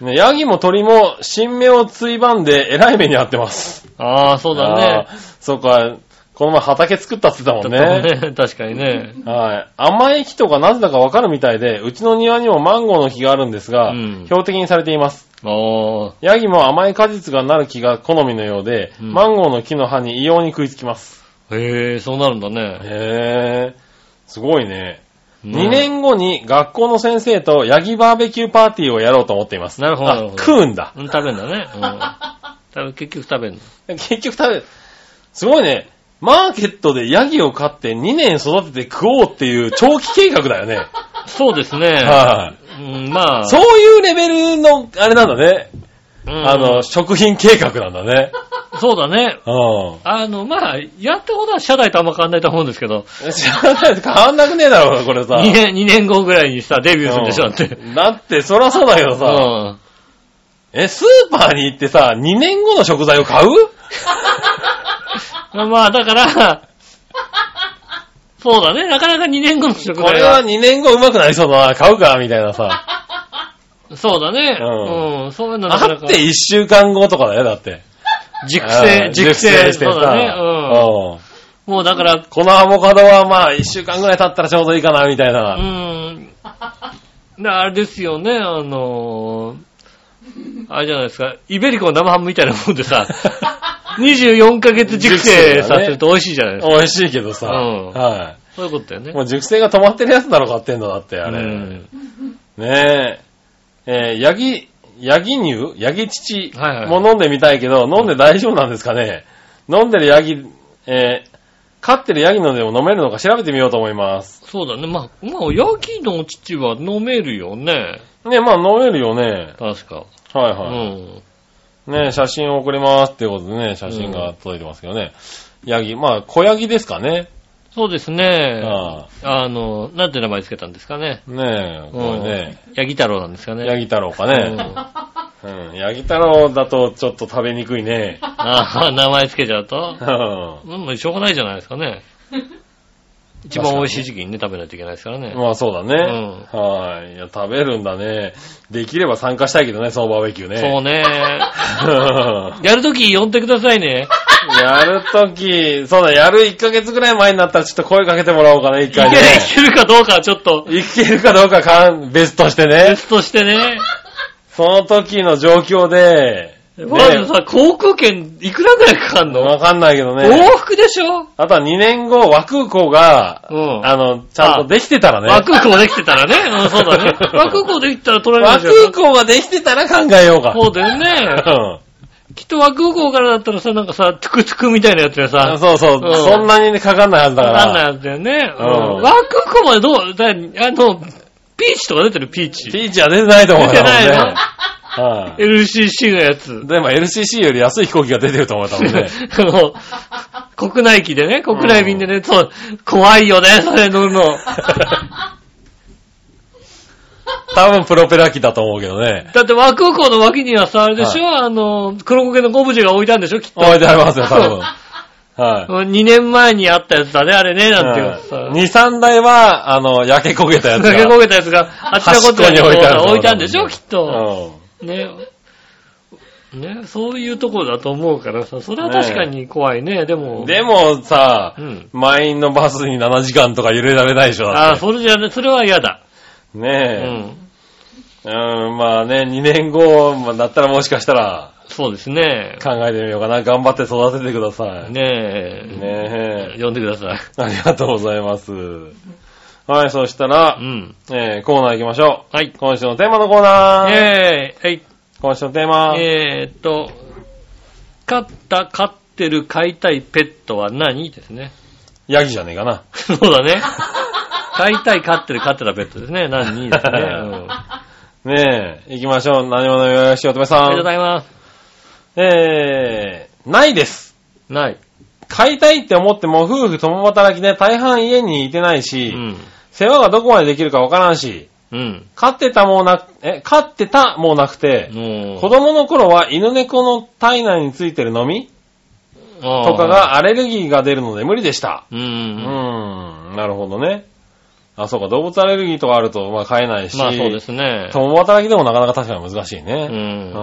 え、ねヤギも鳥も新芽をついばんで偉い目に遭ってます
う。ん。ああ、そうだね
あ。ー。そうか、この前畑作ったって言ってたもんね。
ね。 確かにね。
はい。甘い木とかなぜだかわかるみたいで、うちの庭にもマンゴーの木があるんですが、
うん
標的にされています。
おー。
ヤギも甘い果実がなる木が好みのようで、
うん
マンゴーの木の葉に異様に食いつきます。
へえ、そうなるんだね。
へー。すごいね。
ね
2年後に学校の先生とヤギバーベキューパーティーをやろうと思っています。
なるほどなる
あ
ほど
食うんだ。
うん、食べんだね。うん。食べ結局食べんの。
結局食べ、すごいね。マーケットでヤギを飼って2年育てて食おうっていう長期計画 だよね。
そうですね。
はい、
うん、まあ。
そういうレベルの、あれなんだね。
うん
あの、食品計画なんだね。
そうだね。
うん。
あの、まあ、やったことは社内とあんま変わんないと思うんですけど、
知らない変わんなくねえだろ、これさ。
2年、二年後ぐらいにさ、デビューするんでしょ、だって。
だって、そらそうだけど
う
さ、
ん。
え、スーパーに行ってさ、2年後の食材を買う
まあ、だから、そうだね。なかなか2年後の食
こ
材
れは2年後うまくなりそうだな、買うか、みたい なさ。
そうだね。
うん
うん。そういうのなか
あ
な
っ
か
て1週間後とかだよ、だって。
熟
う
成、
ん
熟成。
し
そ
て
う
さ。
だね。
うん
うん。もうだから、
このアボカドはまあ1週間ぐらい経ったらちょうどいいかな、みたいうな。
ん。であれですよね、あのーあれじゃないですか、イベリコの生ハムみたいなもんで さ、24ヶ月熟成させると美味しいじゃないですか。
美味しいけどさ。
うん
は
そういうことだよね
い。も。う熟成が止まってるやつだろ、買ってんのだって、あ
う
れ。
ん
ねえ。えーヤギ、ヤギ乳ヤギ乳
はいはい
もう飲んでみたいけど、飲んで大丈夫なんですかね飲んでるヤギ、えー飼ってるヤギのでも飲めるのか調べてみようと思います。
そうだね。まあ、まあ、ヤギの乳は飲めるよね。
ね、まあ飲めるよね。
確か。
はいうは
ん。
い。ね、写真を送りますっていうことでね、写真が届いてますけどね。ヤギ、まあ小ヤギですかね。
そうですね。
あ
あの、なんて名前つけたんですかね。
あねえ、これね、
ヤギ太郎なんですかね。
ヤギ太郎か
うん
ね。うん。ヤギ太郎だとちょっと食べにくい ね。
ああ、名前つけちゃうと
う。ん。
うん、まあしょうがないじゃないですか ね。一番美味しい時期にね、食べないといけないですからね。
まあそうだね。はい。いや、食べるんだね。できれば参加したいけどね、そのバーベキューね。
そうね。
う
やるとき呼んでくださいね。
やるとき、そうだ、やる1ヶ月ぐらい前になったらちょっと声かけてもらおうかな、一
いけ
回ね。
いけるかどうか、ちょっと、
いけるかどうかかん、別としてね。
別としてね。
その時の状況で、
まず
ね
さ、航空券いくらぐらいかかんの
わかんないけどね。
往復でしょ
あとは2年後、和空港が、
うん。
あの、ちゃんとできてたらね。
和空港できてたらね。うん、そう だね。和空港できてたら取られ
和
るでし
空
ょ。
港ができてたら考えようか。
そうだよね。きっと和空港からだったらさ、なんかさ、トゥクトゥクみたいなやつで
うん
さ、
そうそう、
うん
そんなにねかかんないはずだか
わ
ら。
かんないやつだよね。うん
うん
和空港までどう、だあの、ピーチとか出てるピーチ。
ピーチは出てないと思うよ。
出てないの
多分ね はい
LCC のやつ。
でも LCC より安い飛行機が出てると思う、多分 ね。
あの、国内機でね、国内便でね、そう、怖いよね、それ乗る の。
多分プロペラ機だと思うけどね。
だって和空港の脇にはさ、あれでしょ、あの、黒焦げのゴブジェが置いたんでしょきっと。
置いてありますよ、多 分。はい。
2年前にあったやつだね、あれね、なんていうかさ。
2、3台は、あの、焼け焦げたやつが。
投げ焦げたやつが、あっちのこ
端っこに置いてある
置いたんでしょきっと。
うん。
ね。ね、そういうところだと思うからさ、それは確かに怖いね、でも。
でもさ、
うん
満員のバスに7時間とか揺れられないでしょ、
あ
だ
あ、
って
それじゃね、それは嫌だ。う
ね
ん。
え。うん、まあね、2年後まあだったらもしかしたら
そうですね。
考えてみようかな。頑張って育ててください。ね
ねえ。
え。
呼んでください。
ありがとうございます。はい、そしたら
う、ん。
えーコーナー行きましょう。
はい。
今週のテーマのコーナー。
えーイ、
今週のテーマ。
はい。えーっと、飼った、飼ってる、飼いたいペットは何ですね。
ヤギじゃねえかな。
そうだ ね。飼いたい、飼ってる、飼ってたペットですね。何ですね。うんあ
ねえ、行きましょう。何者よよしおとめさ
りがとうござ
ん。
います。
えー、ないです。
ない。
買いたいって思っても夫婦共働きで大半家にいてないうし、
ん。
世話がどこまでできるかわからんし、
うん。
飼ってたもうなく、え、飼ってたもうなくて、
もう
子供の頃は犬猫の体内についてるのみとか、
あ
がアレルギーが出るので無理でした。
ーう。
うんーん、なるほどね。あ、そうか、動物アレルギーとかあると、まあ飼えないし、
まあそうですね。。
共働きでもなかなか確かに難しいうね。うんん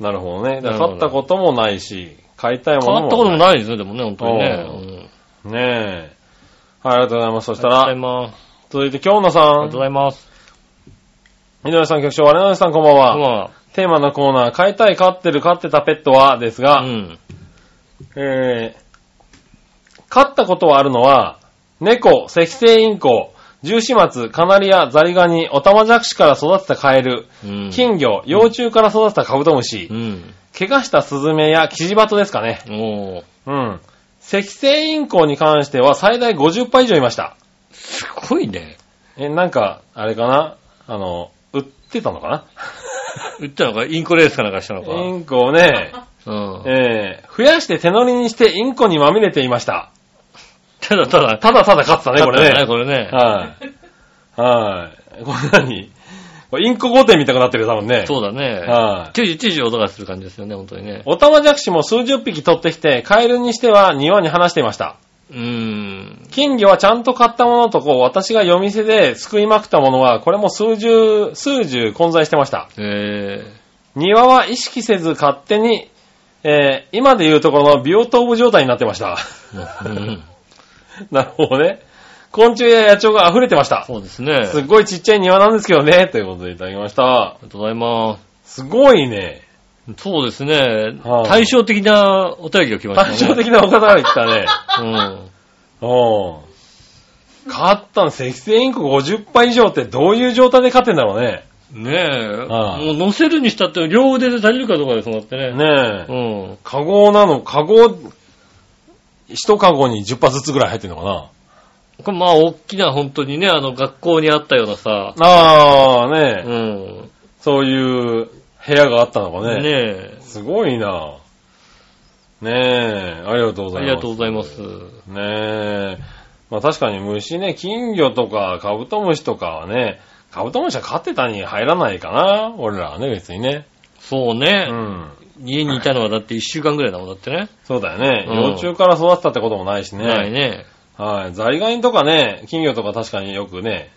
なるほどね。
な
だか
るほ
ら
ど
飼ったこともないし、飼いたいも
変わ
の
ったこと
も
も
ない。
ないですね、でもね、本当にね。う
う
ん
ねえ。はい、ありがとうございます。そした
ありがとうござい
ら、
ます。
続いて、京野
あり
さ
がとうんご。ざいます。
みどりさん、局長、我々さん、こんばん
ま
は。
あ、
テーマのコーナー、飼いたい、飼ってる、飼ってたペットは、です
う
が、
ん。
えー飼ったことはあるのは、猫、赤星インコ、十四松、カナリア、ザリガニ、オタマジャクシから育てたカエル、
うん。
金魚、幼虫から育てたカブトムシ
う、ん。
怪我したスズメやキジバトですかね。
おー。
うん。赤星インコに関しては最大50羽以上いました。
すごいね。
え、なんか、あれかなあの、売ってた のか
言ったのか、インコレースかなんかしたのか。
なインコ をね、
うん。
えー増やして手乗りにしてインコにまみれていました。
ただただ、
ただただ勝ってたね、これ
ね、
ね。
これね。
はい。はい。これ何これインコ御殿みたくなってるよ、多分ね。
そうだね。
はい。
チュージュチュージュ音がする感じですよね、本当にね。
オタマジャクシも数十匹取ってきて、カエルにしては庭に放していました。
うーん。
金魚はちゃんと買ったものとこう、私が夜店ですくいまくったものは、これも数十、数十混在してました。
え
庭は意識せず勝手に、えー今で言うところのビオトープ状態になってました。
ー。うん
なるほどね。昆虫や野鳥が溢れてました。
そうですね。あり
すっごいちっちゃい庭なんですけどね、ということでいただきました。
がとうございます
ごいね。
す。そうですね。
はあ
対照的なお便りが来ましたね。
対照的なお方が来た ね。
うん。
うん。勝ったの、赤星インコ50杯以上ってどういう状態で勝ってんだろうね。
ねえ。
ああ
もう乗せるにしたって両腕で足りるかどうかですもんだってね。
ねえ。
うん。
カゴなの、カゴ、一カゴに10発ずつぐらい入ってんのかな。
これまあ、大きな本当にね、あの、学校にあったようなさ、
ああ、ねえ。
うん。
そういう部屋があったのかね。
ねえ。
すごいなねえ、ありがとうご
あ
ざいます。
りがとうございます。
ねえ。まあ確かに虫ね、金魚とかカブトムシとかはね、カブトムシは飼ってたに入らないかな。俺らはね、別にね。
そう
う
ね、
ん。
家にいたのはだって一週間ぐらいだもんだってね。
そうだよね。
うん
幼虫から育ったってこともないしね。
ないね。
はい。ザリガニとかね、金魚とか確かによくね、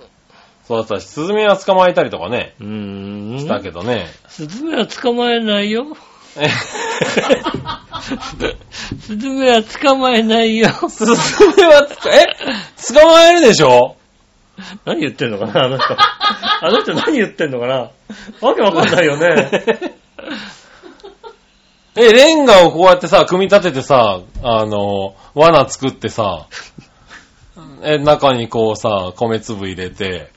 育てたし、スズメは捕まえたりとかね、
うーん。
したけ どね。
スズメは捕まえないよ。
え
スズメは捕まえない よ。
スズメはつか、え捕まえるでしょ
何言ってんのかな、あの人。あの人何言ってんのかな。わけわかんないよ ね。
え、レンガをこうやってさ、組み立ててさ、あの、罠作ってさ、え、中にこうさ、米粒入れて、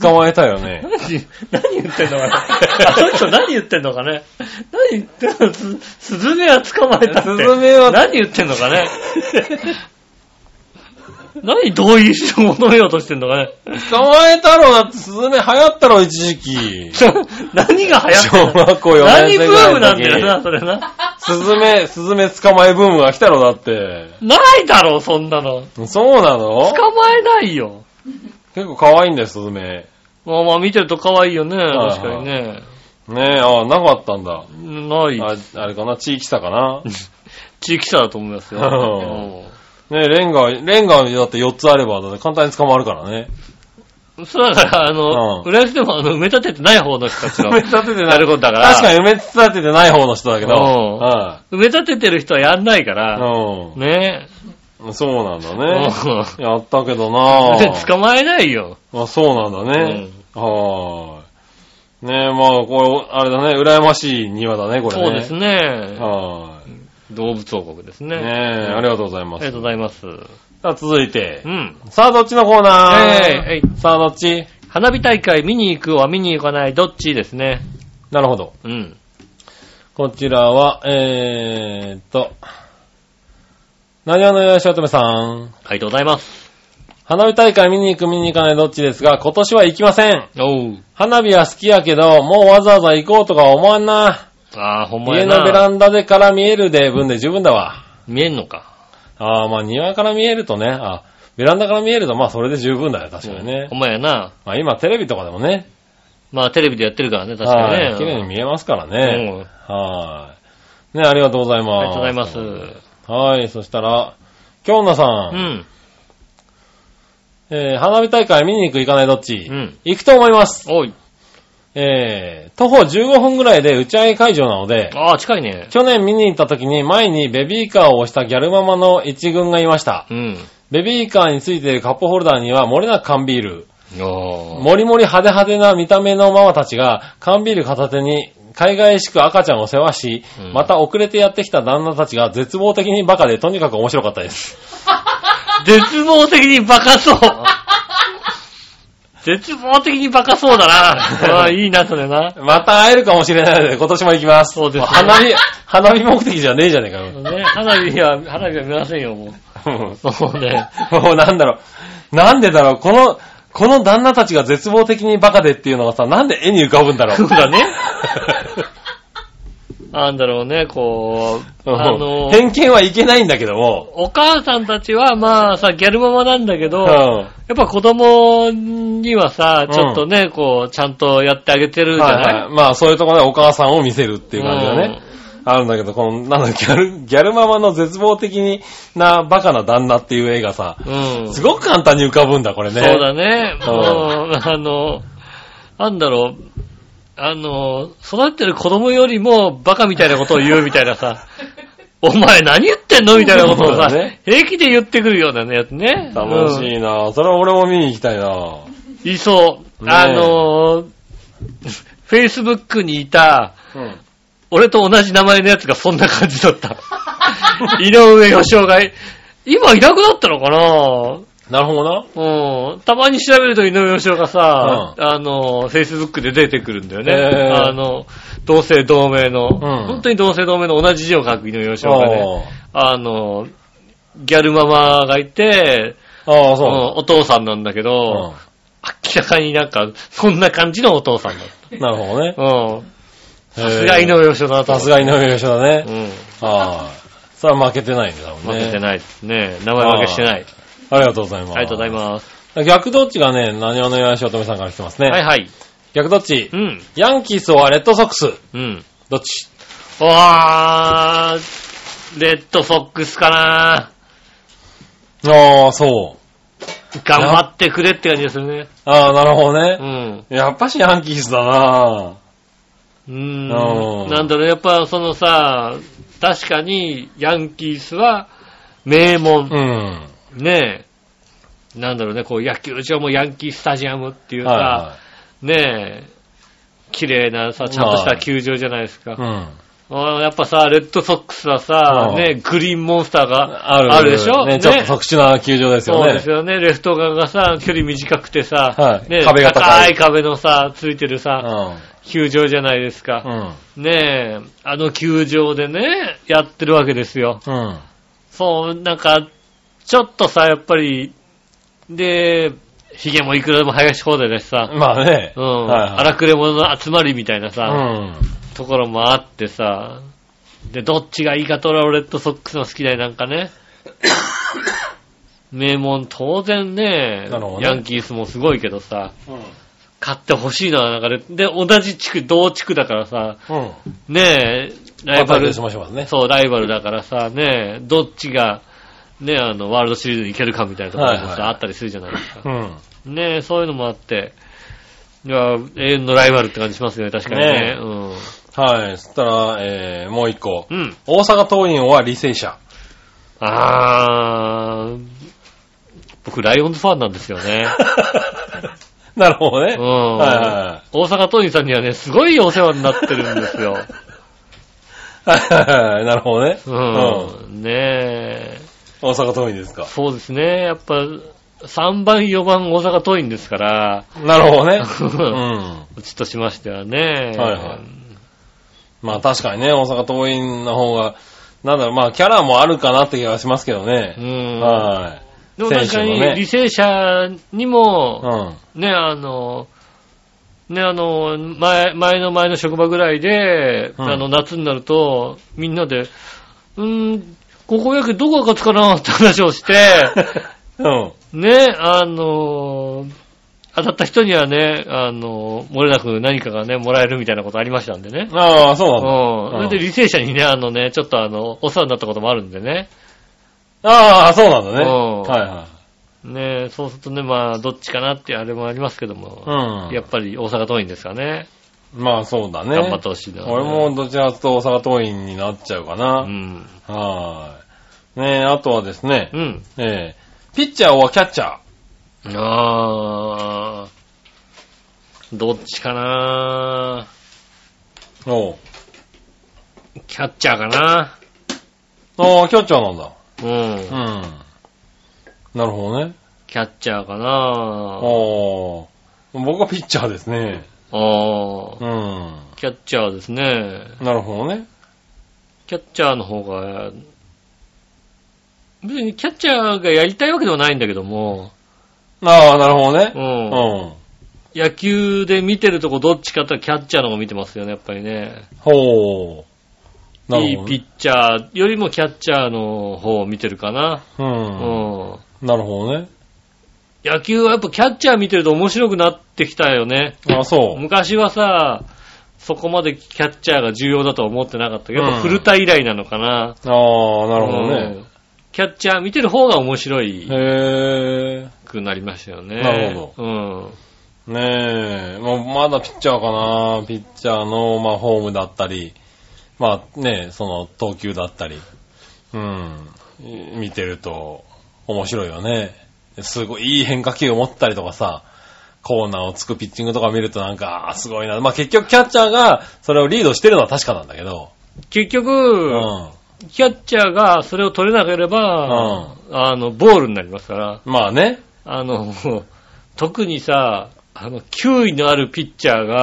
捕まえたよね。
何、何言ってんのかな。 あの人何言ってんのかね。何言ってんのすスズメは捕まえたって。
スズメは
何言ってんのかね。何同意して求めようとしてんのかね。
捕まえたろだってスズメ流行ったろ、一時期。
何が流行ってん
小
の
学校4年
何
生
ブ
ぐら
ー
い
ム
の時
なんだよな、それな。
スズメ、スズメ捕まえブームが来たろ、だって。
ないだろ、そんなの。
そうなの
捕まえないよ。
結構可愛いんだよ、スズメ。
まあまあ見てると可愛いよね、
い
確かにね。
ねえ、ああ、なかったんだ。
ない。
ああれかな、地域差かな。
地域差だと思いますよ。
うねえ、レンガ、レンガだって4つあれば、だって簡単に捕まるからね。
うんそうだから、あの、
うん
浦安でもあの埋め立ててない方の人たちが。
埋め立てて
なることだから。
確かに埋め立ててない方の人だけど。
うん
は
埋め立ててる人はやんないか
い
ら、ね
うん。そうなんだ
え。
ね。
う
やったけど
ん
な
で捕まえないよ。
あそうなんだね。はーい。ねえ、まあ、これ、あれだね、羨ましい庭だね、これね。
そうですね。
はーい。
動物王国ですね。
ねえ、ありがとうござい
あ
ま
り
す。
がとうございます。
さあ、続いて
う。ん。
さあ、どっちのコーナー
えいえい
さあ、どっち
花火大会見に行くは見に行かない、どっちですね。
なるほど。
うん。
こちらは、えーっと、何話のよしおとめさん。
ありがとうございます。
花火大会見に行く見に行かないどっちですが、今年は行きません。
おう。
花火は好きやけど、もうわざわざ行こうとか思わんな。
ああ、ほんま
家
やな。
のベランダでから見えるで分で十分だわ。
見えんのか。
ああ、まあ庭から見えるとね、あベランダから見えるとまあそれで十分だよ、確かにね
ほ。んまやな。
まあ今テレビとかでもね、
まあ、テレビでやってるからね、確かに
は
ね。
い綺麗に見えますから
うん。
ね。はい。ね、ありがとうございま
ありがとう
す。
ございます。
はい、そしたら、京奈さ、
うんん。
えー花火大会見に行く行かないどっち、
うん。
行くと思います。
おい。
えー、徒歩15分ぐらいで打ち上げ会場なので、
ああ、近いね。
去年見に行った時に前にベビーカーを押したギャルママの一軍がいました。
うん。
ベビーカーについているカップホルダーには漏れなく缶ビール、
あ
もりもり派手派手な見た目のママたちが缶ビール片手に海外しく赤ちゃんを世話し、
うん
また遅れてやってきた旦那たちが絶望的にバカでとにかく面白かったです。
あ。絶望的にバカ そう。絶望的にバカそうだな。ああ、いいな、それな。
また会えるかもしれないので今年も行きます。
そうですね
花火、花火目的じゃねえじゃねえかよ。
ね、花火は、花火は見ませんよ、もう。そうね。
もうなんだろう。なんでだろう。この、この旦那たちが絶望的にバカでっていうのがさ、なんで絵に浮かぶんだろ
そう
う。
だ ね。なんだろうね、こう、あの、
偏見はいけないんだけども。
お母さんたちは、まあさ、ギャルママなんだけ
う
ど、
ん。
やっぱ子供にはさ、ちょっとね、こう、ちゃんとやってあげてるじゃ
はい
ない、
はいまあそういうところでお母さんを見せるっていう感じだね。あるんだけど、この、なんだ、ギャル、ギャルママの絶望的になバカな旦那っていう絵がさ、
うん。
すごく簡単に浮かぶんだ、これね。
そうだね。
うん
もう、あの、なんだろう、あの、育ってる子供よりもバカみたいなことを言うみたいな さ、お前何言ってんのみたいなことを
そうだ
さ、
ね
平気で言ってくるようなね、やつね。
楽しいな、それは俺も見に行きたいな。
うんいそう。
ねえ
あの、フェイスブックにいた、
うん。
俺と同じ名前のやつがそんな感じだ った。井上義雄が、今いなくなったのかな
なるほどな。
うん。たまに調べると井上義雄がさ、あの、Facebook で出てくるんだよね。
へー
あの、同姓同名の、
ん
本当に同姓同名の同じ字を書く井上義雄がね、
あ
あの、ギャルママがいて、
あああ、
うん
そ
お父さんなんだけど、
う。
明らかになんか、そんな感じのお父さんだっ
うん なるほどね
た。。うん。さすが
へえ
井上義雄だなと
さ
思っ
す
た。
が井上義雄だ
う
ね。
ん。
はい。それは負けてないんだもんね。
負けて
い。
ないですね。名前負けしてない。
ありがとうございます。
ありがとうございます。
逆どっちがね、何話のよしおとめさんから来てますね。
はいはい。
逆どっち
うん。
ヤンキースはレッドソックス。
うん。
どっち
わー、レッドソックスかな
ああ、そう。
頑張ってくれって感じですよね。
ああ、なるほど
う
ね。
ん。
やっぱしヤンキースだな
うーん
あー
なんだろう、やっぱそのさ、確かにヤンキースは名門。
うん。
ねえ、なんだろうね、こう野球場もヤンキースタジアムっていうさ、
は
ねえ、綺麗なさ、ちゃんとした球場じゃないですか
いはい。う。ん。
あーやっぱさ、レッドソックスはさ、
うん
ねえグリーンモンスターが
あ
あ
る
るでしょ
ね、ちょっと特殊な球場ですよ
そう
ね。
ですよね。レフト側がさ、距離短くてさ、
はい
ねえ
壁が高い
壁のさ、ついてるさ、球場じゃないですか。
うん。
ねえ、あの球場でね、やってるわけですよ。
うん。うん。
そう、なんか、ちょっとさ、やっぱり、で、髭もいくらでも生やし放題だしさ、
まあね。
うん、
はいはい
荒くれ者の集まりみたいなさ、
うん。
ところもあってさ、で、どっちがいいかとらレッドソックスの好きだよ、なんか ね。名門、当然ね
なるほどね
ヤンキースもすごいけどさ、勝ってほしいのは、なんかね、で、同じ地区、同地区だからさ、
うん。
ねえ、ライ
バ
バ
ト
ル
ルし、ましょうかね。
そう、ライバルだからさ、ねえ、どっちが、ねえ、あの、ワールドシリーズに行けるかみたいなところも
はい
さ、
はい
あったりするじゃないですか。
ん。
ねえ、そういうのもあって、いや、永遠のライバルって感じしますよね、確かにね
ね。
うん。
はい。そしたら、えー、もう一個。
うん。
大阪桐蔭は履 正社。
あー、僕、ライオンズファンなんですよ ね。
なるほどね。
うん。
はいはいはい
大阪桐蔭さんにはね、すごいお世話になってるんですよ。
はいはい はいなるほどね。
うん。ねえ。
大阪桐蔭 ですか。
そうですね。やっぱ、3番、4番大阪桐蔭ですから、
なるほどね。
う
うん。
うちとしましてはね。
はいはいまあ確かにね、大阪桐蔭の方が、なんだろう、まあキャラもあるかなって気がしますけど
う
ね。
ん。
は
でも確か
選手
に、
もね
履正社に
い。
も、
うん。
ね、あの、ね、あの、前、前の前の職場ぐらいで、
うん
あの、夏になると、みんなで、うーん、高校野球どこが勝つかなって話を して、
うん。
ね、あのー当たった人にはね、あのー漏れなく何かがね、もらえるみたいなことありましたんでね。
ああ、そう
う
なんんだ。。
それで、履正社にね、あのね、ちょっとあの、お世話になったこともあるんでね。
ああ、そうなんだね。
うん
はいは
ねそうするとね、まあ、どっちかなってあれもありますけども。
い。うん。
やっぱり大阪桐蔭ですかね。
まあそうだね。
頑張ってほしいな。
俺も、どちらかというと大阪桐蔭になっちゃうか
う
な。
ん。
はーい。ねえ、あとはですね
う、ん。
えー、ピッチャーはキャッチャー。
あー、どっちかな
おう
キャッチャーかな
ああ、キャッチャーなんだ。
うん。
うん。なるほどね。
キャッチャーかな
おー。僕はピッチャーですね。
あ
う
あ、
ん。
キャッチャーですね。
なるほどね。
キャッチャーの方が、別にキャッチャーがやりたいわけではないんだけども、
ああ、なるほどね
う。。
うんん。
野球で見てるとこどっちかってキャッチャーの方見てますよね、やっぱりね。
ほう。ないる
い
ほど
ピ
ね。
ッチャーよりもキャッチャーの方を見てるかな。
う。
うんん。
なるほどね。
野球はやっぱキャッチャー見てると面白くなってきたよね。
あそう。
昔はさ、そこまでキャッチャーが重要だとは思ってなかったけど、
うん
古田以来なのかな。
ああ、なるほどね。
うんキャッチャー見てる方が面白い
へ
くなりましたよね。
なるほ
ど。
え。ねえ。もうまだピッチャーかな。ピッチャーの、まあ、ホームだったり、まあね、その、投球だったり。うん。見てると、面白いよね。すごい、いい変化球を持ったりとかさ、コーナーをつくピッチングとか見るとなんか、あーすごいな。まあ結局キャッチャーが、それをリードしてるのは確かなんだけど。
うん。結局、
うん。
キャッチャーがそれを取れなければ、あの、ボールになりますから、
まあね。
あの、特にさ、あの、球威のあるピッチャー
う
が、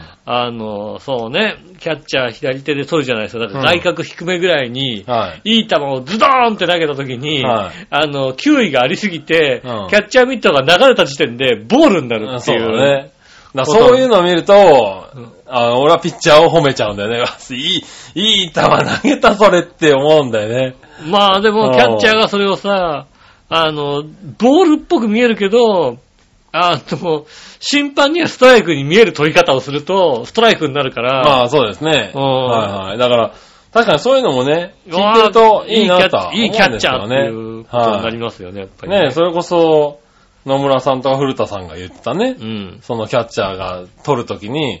ん。
あの、そうね、キャッチャー左手で取るじゃないですか。だから
うん
外角低めぐらいに、
はい。
いい球をズドーンって投げた時に、
はい
あの、球威がありすぎて、
うん
キャッチャーミットが流れた時点でボールになるって
そ
いうう。
だね。だ
こと
そういうのを見ると、
ん
あの俺はピッチャーを褒めちゃうんだよね。 いい、いい球投げたそれって思うんだよね。
まあで
う
も、
ん
キャッチャーがそれをさ、あの、ボールっぽく見えるけど、あの、審判にはストライクに見える取り方をすると、ストライクになるから、
まあそうですね。
うん
はいはい。だから、確かにそういうのもね、聞いてるといいなとは思うん
いい
です
キャ
けど
ッ
ね。
チャーっていうことになりますよね、やっぱり
ねそれこそ、野村さんとか古田さんが言ってたね、
うん。
そのキャッチャーが取るときに、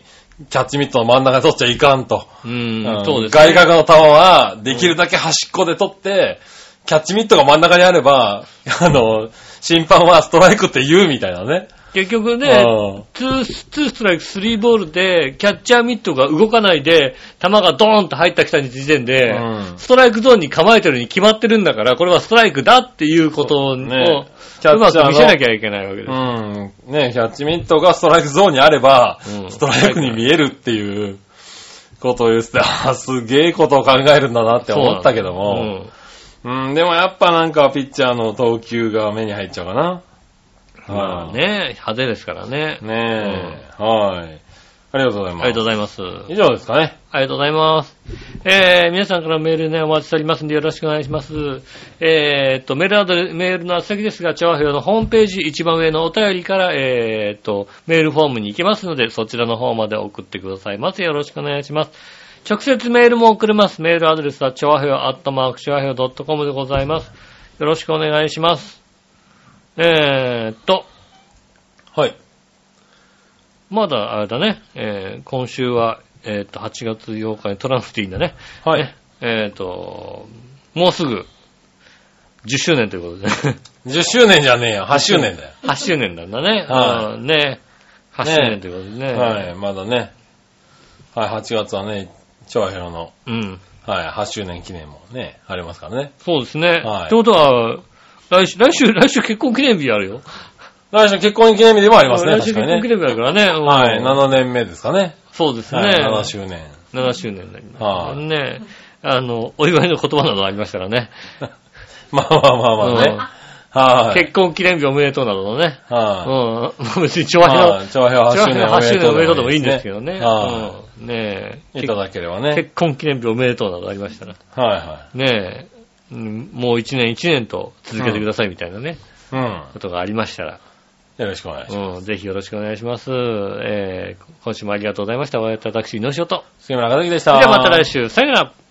キャッチミットの真ん中で取っちゃいかんと。
うん
う、ん
そうですね、
外角の球は、できるだけ端っこで取って、キャッチミットが真ん中にあれば、 あの、審判はストライクって言うみたいなね。
結局ね、
うん
ツーツーストライク、スリーボールで、キャッチャーミットが動かないで、球がドーンと入ったきた時点で、
うん
ストライクゾーンに構えてるに決まってるんだから、これはストライクだっていうことを、
そうねキャ
う
ッ
ま
チャー
く
の
見せなきゃいけないわけです。
うん。ねキャッチミットがストライクゾーンにあれば、
うん
ストライクに見えるっていうことを言ってて、あーすげえことを考えるんだなって思ったけども。うん、でもやっぱなんかピッチャーの投球が目に入っちゃうかな。
そうなんですまあね、派手ですからね。
うん。ねえ、はい。ありがとうござい
あ
ま
りが
す。
とうございます。
以上ですかね。
ありがとうございます。えー、皆さんからメールね、お待ちしておりますんでよろしくお願いします。えーっと、メールアドレメールの宛先ですが、調和表のホームページ一番上のお便りから、えーっと、メールフォームに行けますので、そちらの方まで送ってくださいませ。よろしくお願いします。直接メールも送れます。メールアドレスは、調和表アットマーク調和表 .com でございます。よろしくお願いします。えーっと、
はい。
まだあれだね、えー今週は、えーっと、8月8日にトランプティーンだね。
はい。
ねえっ、と、もうすぐ、10周年ということで ね。
10周年じゃねえよ。8周年だよ。
8周年なんだね。
はい
うんね8周年ということでね。
はい、まだね。はい、8月はね、超和ロの、
うん。
はい、8周年記念もね、ありますからね。
そうですね。
はい
ってことは、来週、来週、来週結婚記念日あるよ。
来週結婚記念日でもありますね、
来週
確か
結婚
に
記
ね。
念日あるからね。うん
はい、7年目ですかね。
そうですね。
はい、7周年。
7周年になります。
はい
ねあの、お祝いの言葉などありましたらね。
まあまあまあまあね。はい。
結婚記念日おめでとうなどのね。
はい。
うん。別に調和表
はい、調和表
違うね、8
8周
周
年
年おめ
おめ
で
で
とうで
とうで
も
も
いい
いい
ん
で
です
す
け
ね
どね。
は
うんねえ
い。いただければ
け
ね。
結婚記念日おめでとうなどありましたら。
は
ねえ、うんもう1年1年と続けてくださいみたいなね、
いは
ことがありましたら、
い。うん。よろしくお願いしま
うん、ぜひよろしくお願いします。えー今週もありがとうございました。お会いいただくし、のしおと。
す。杉村和樹でし
そ
た。
れではまた来週、さよなら。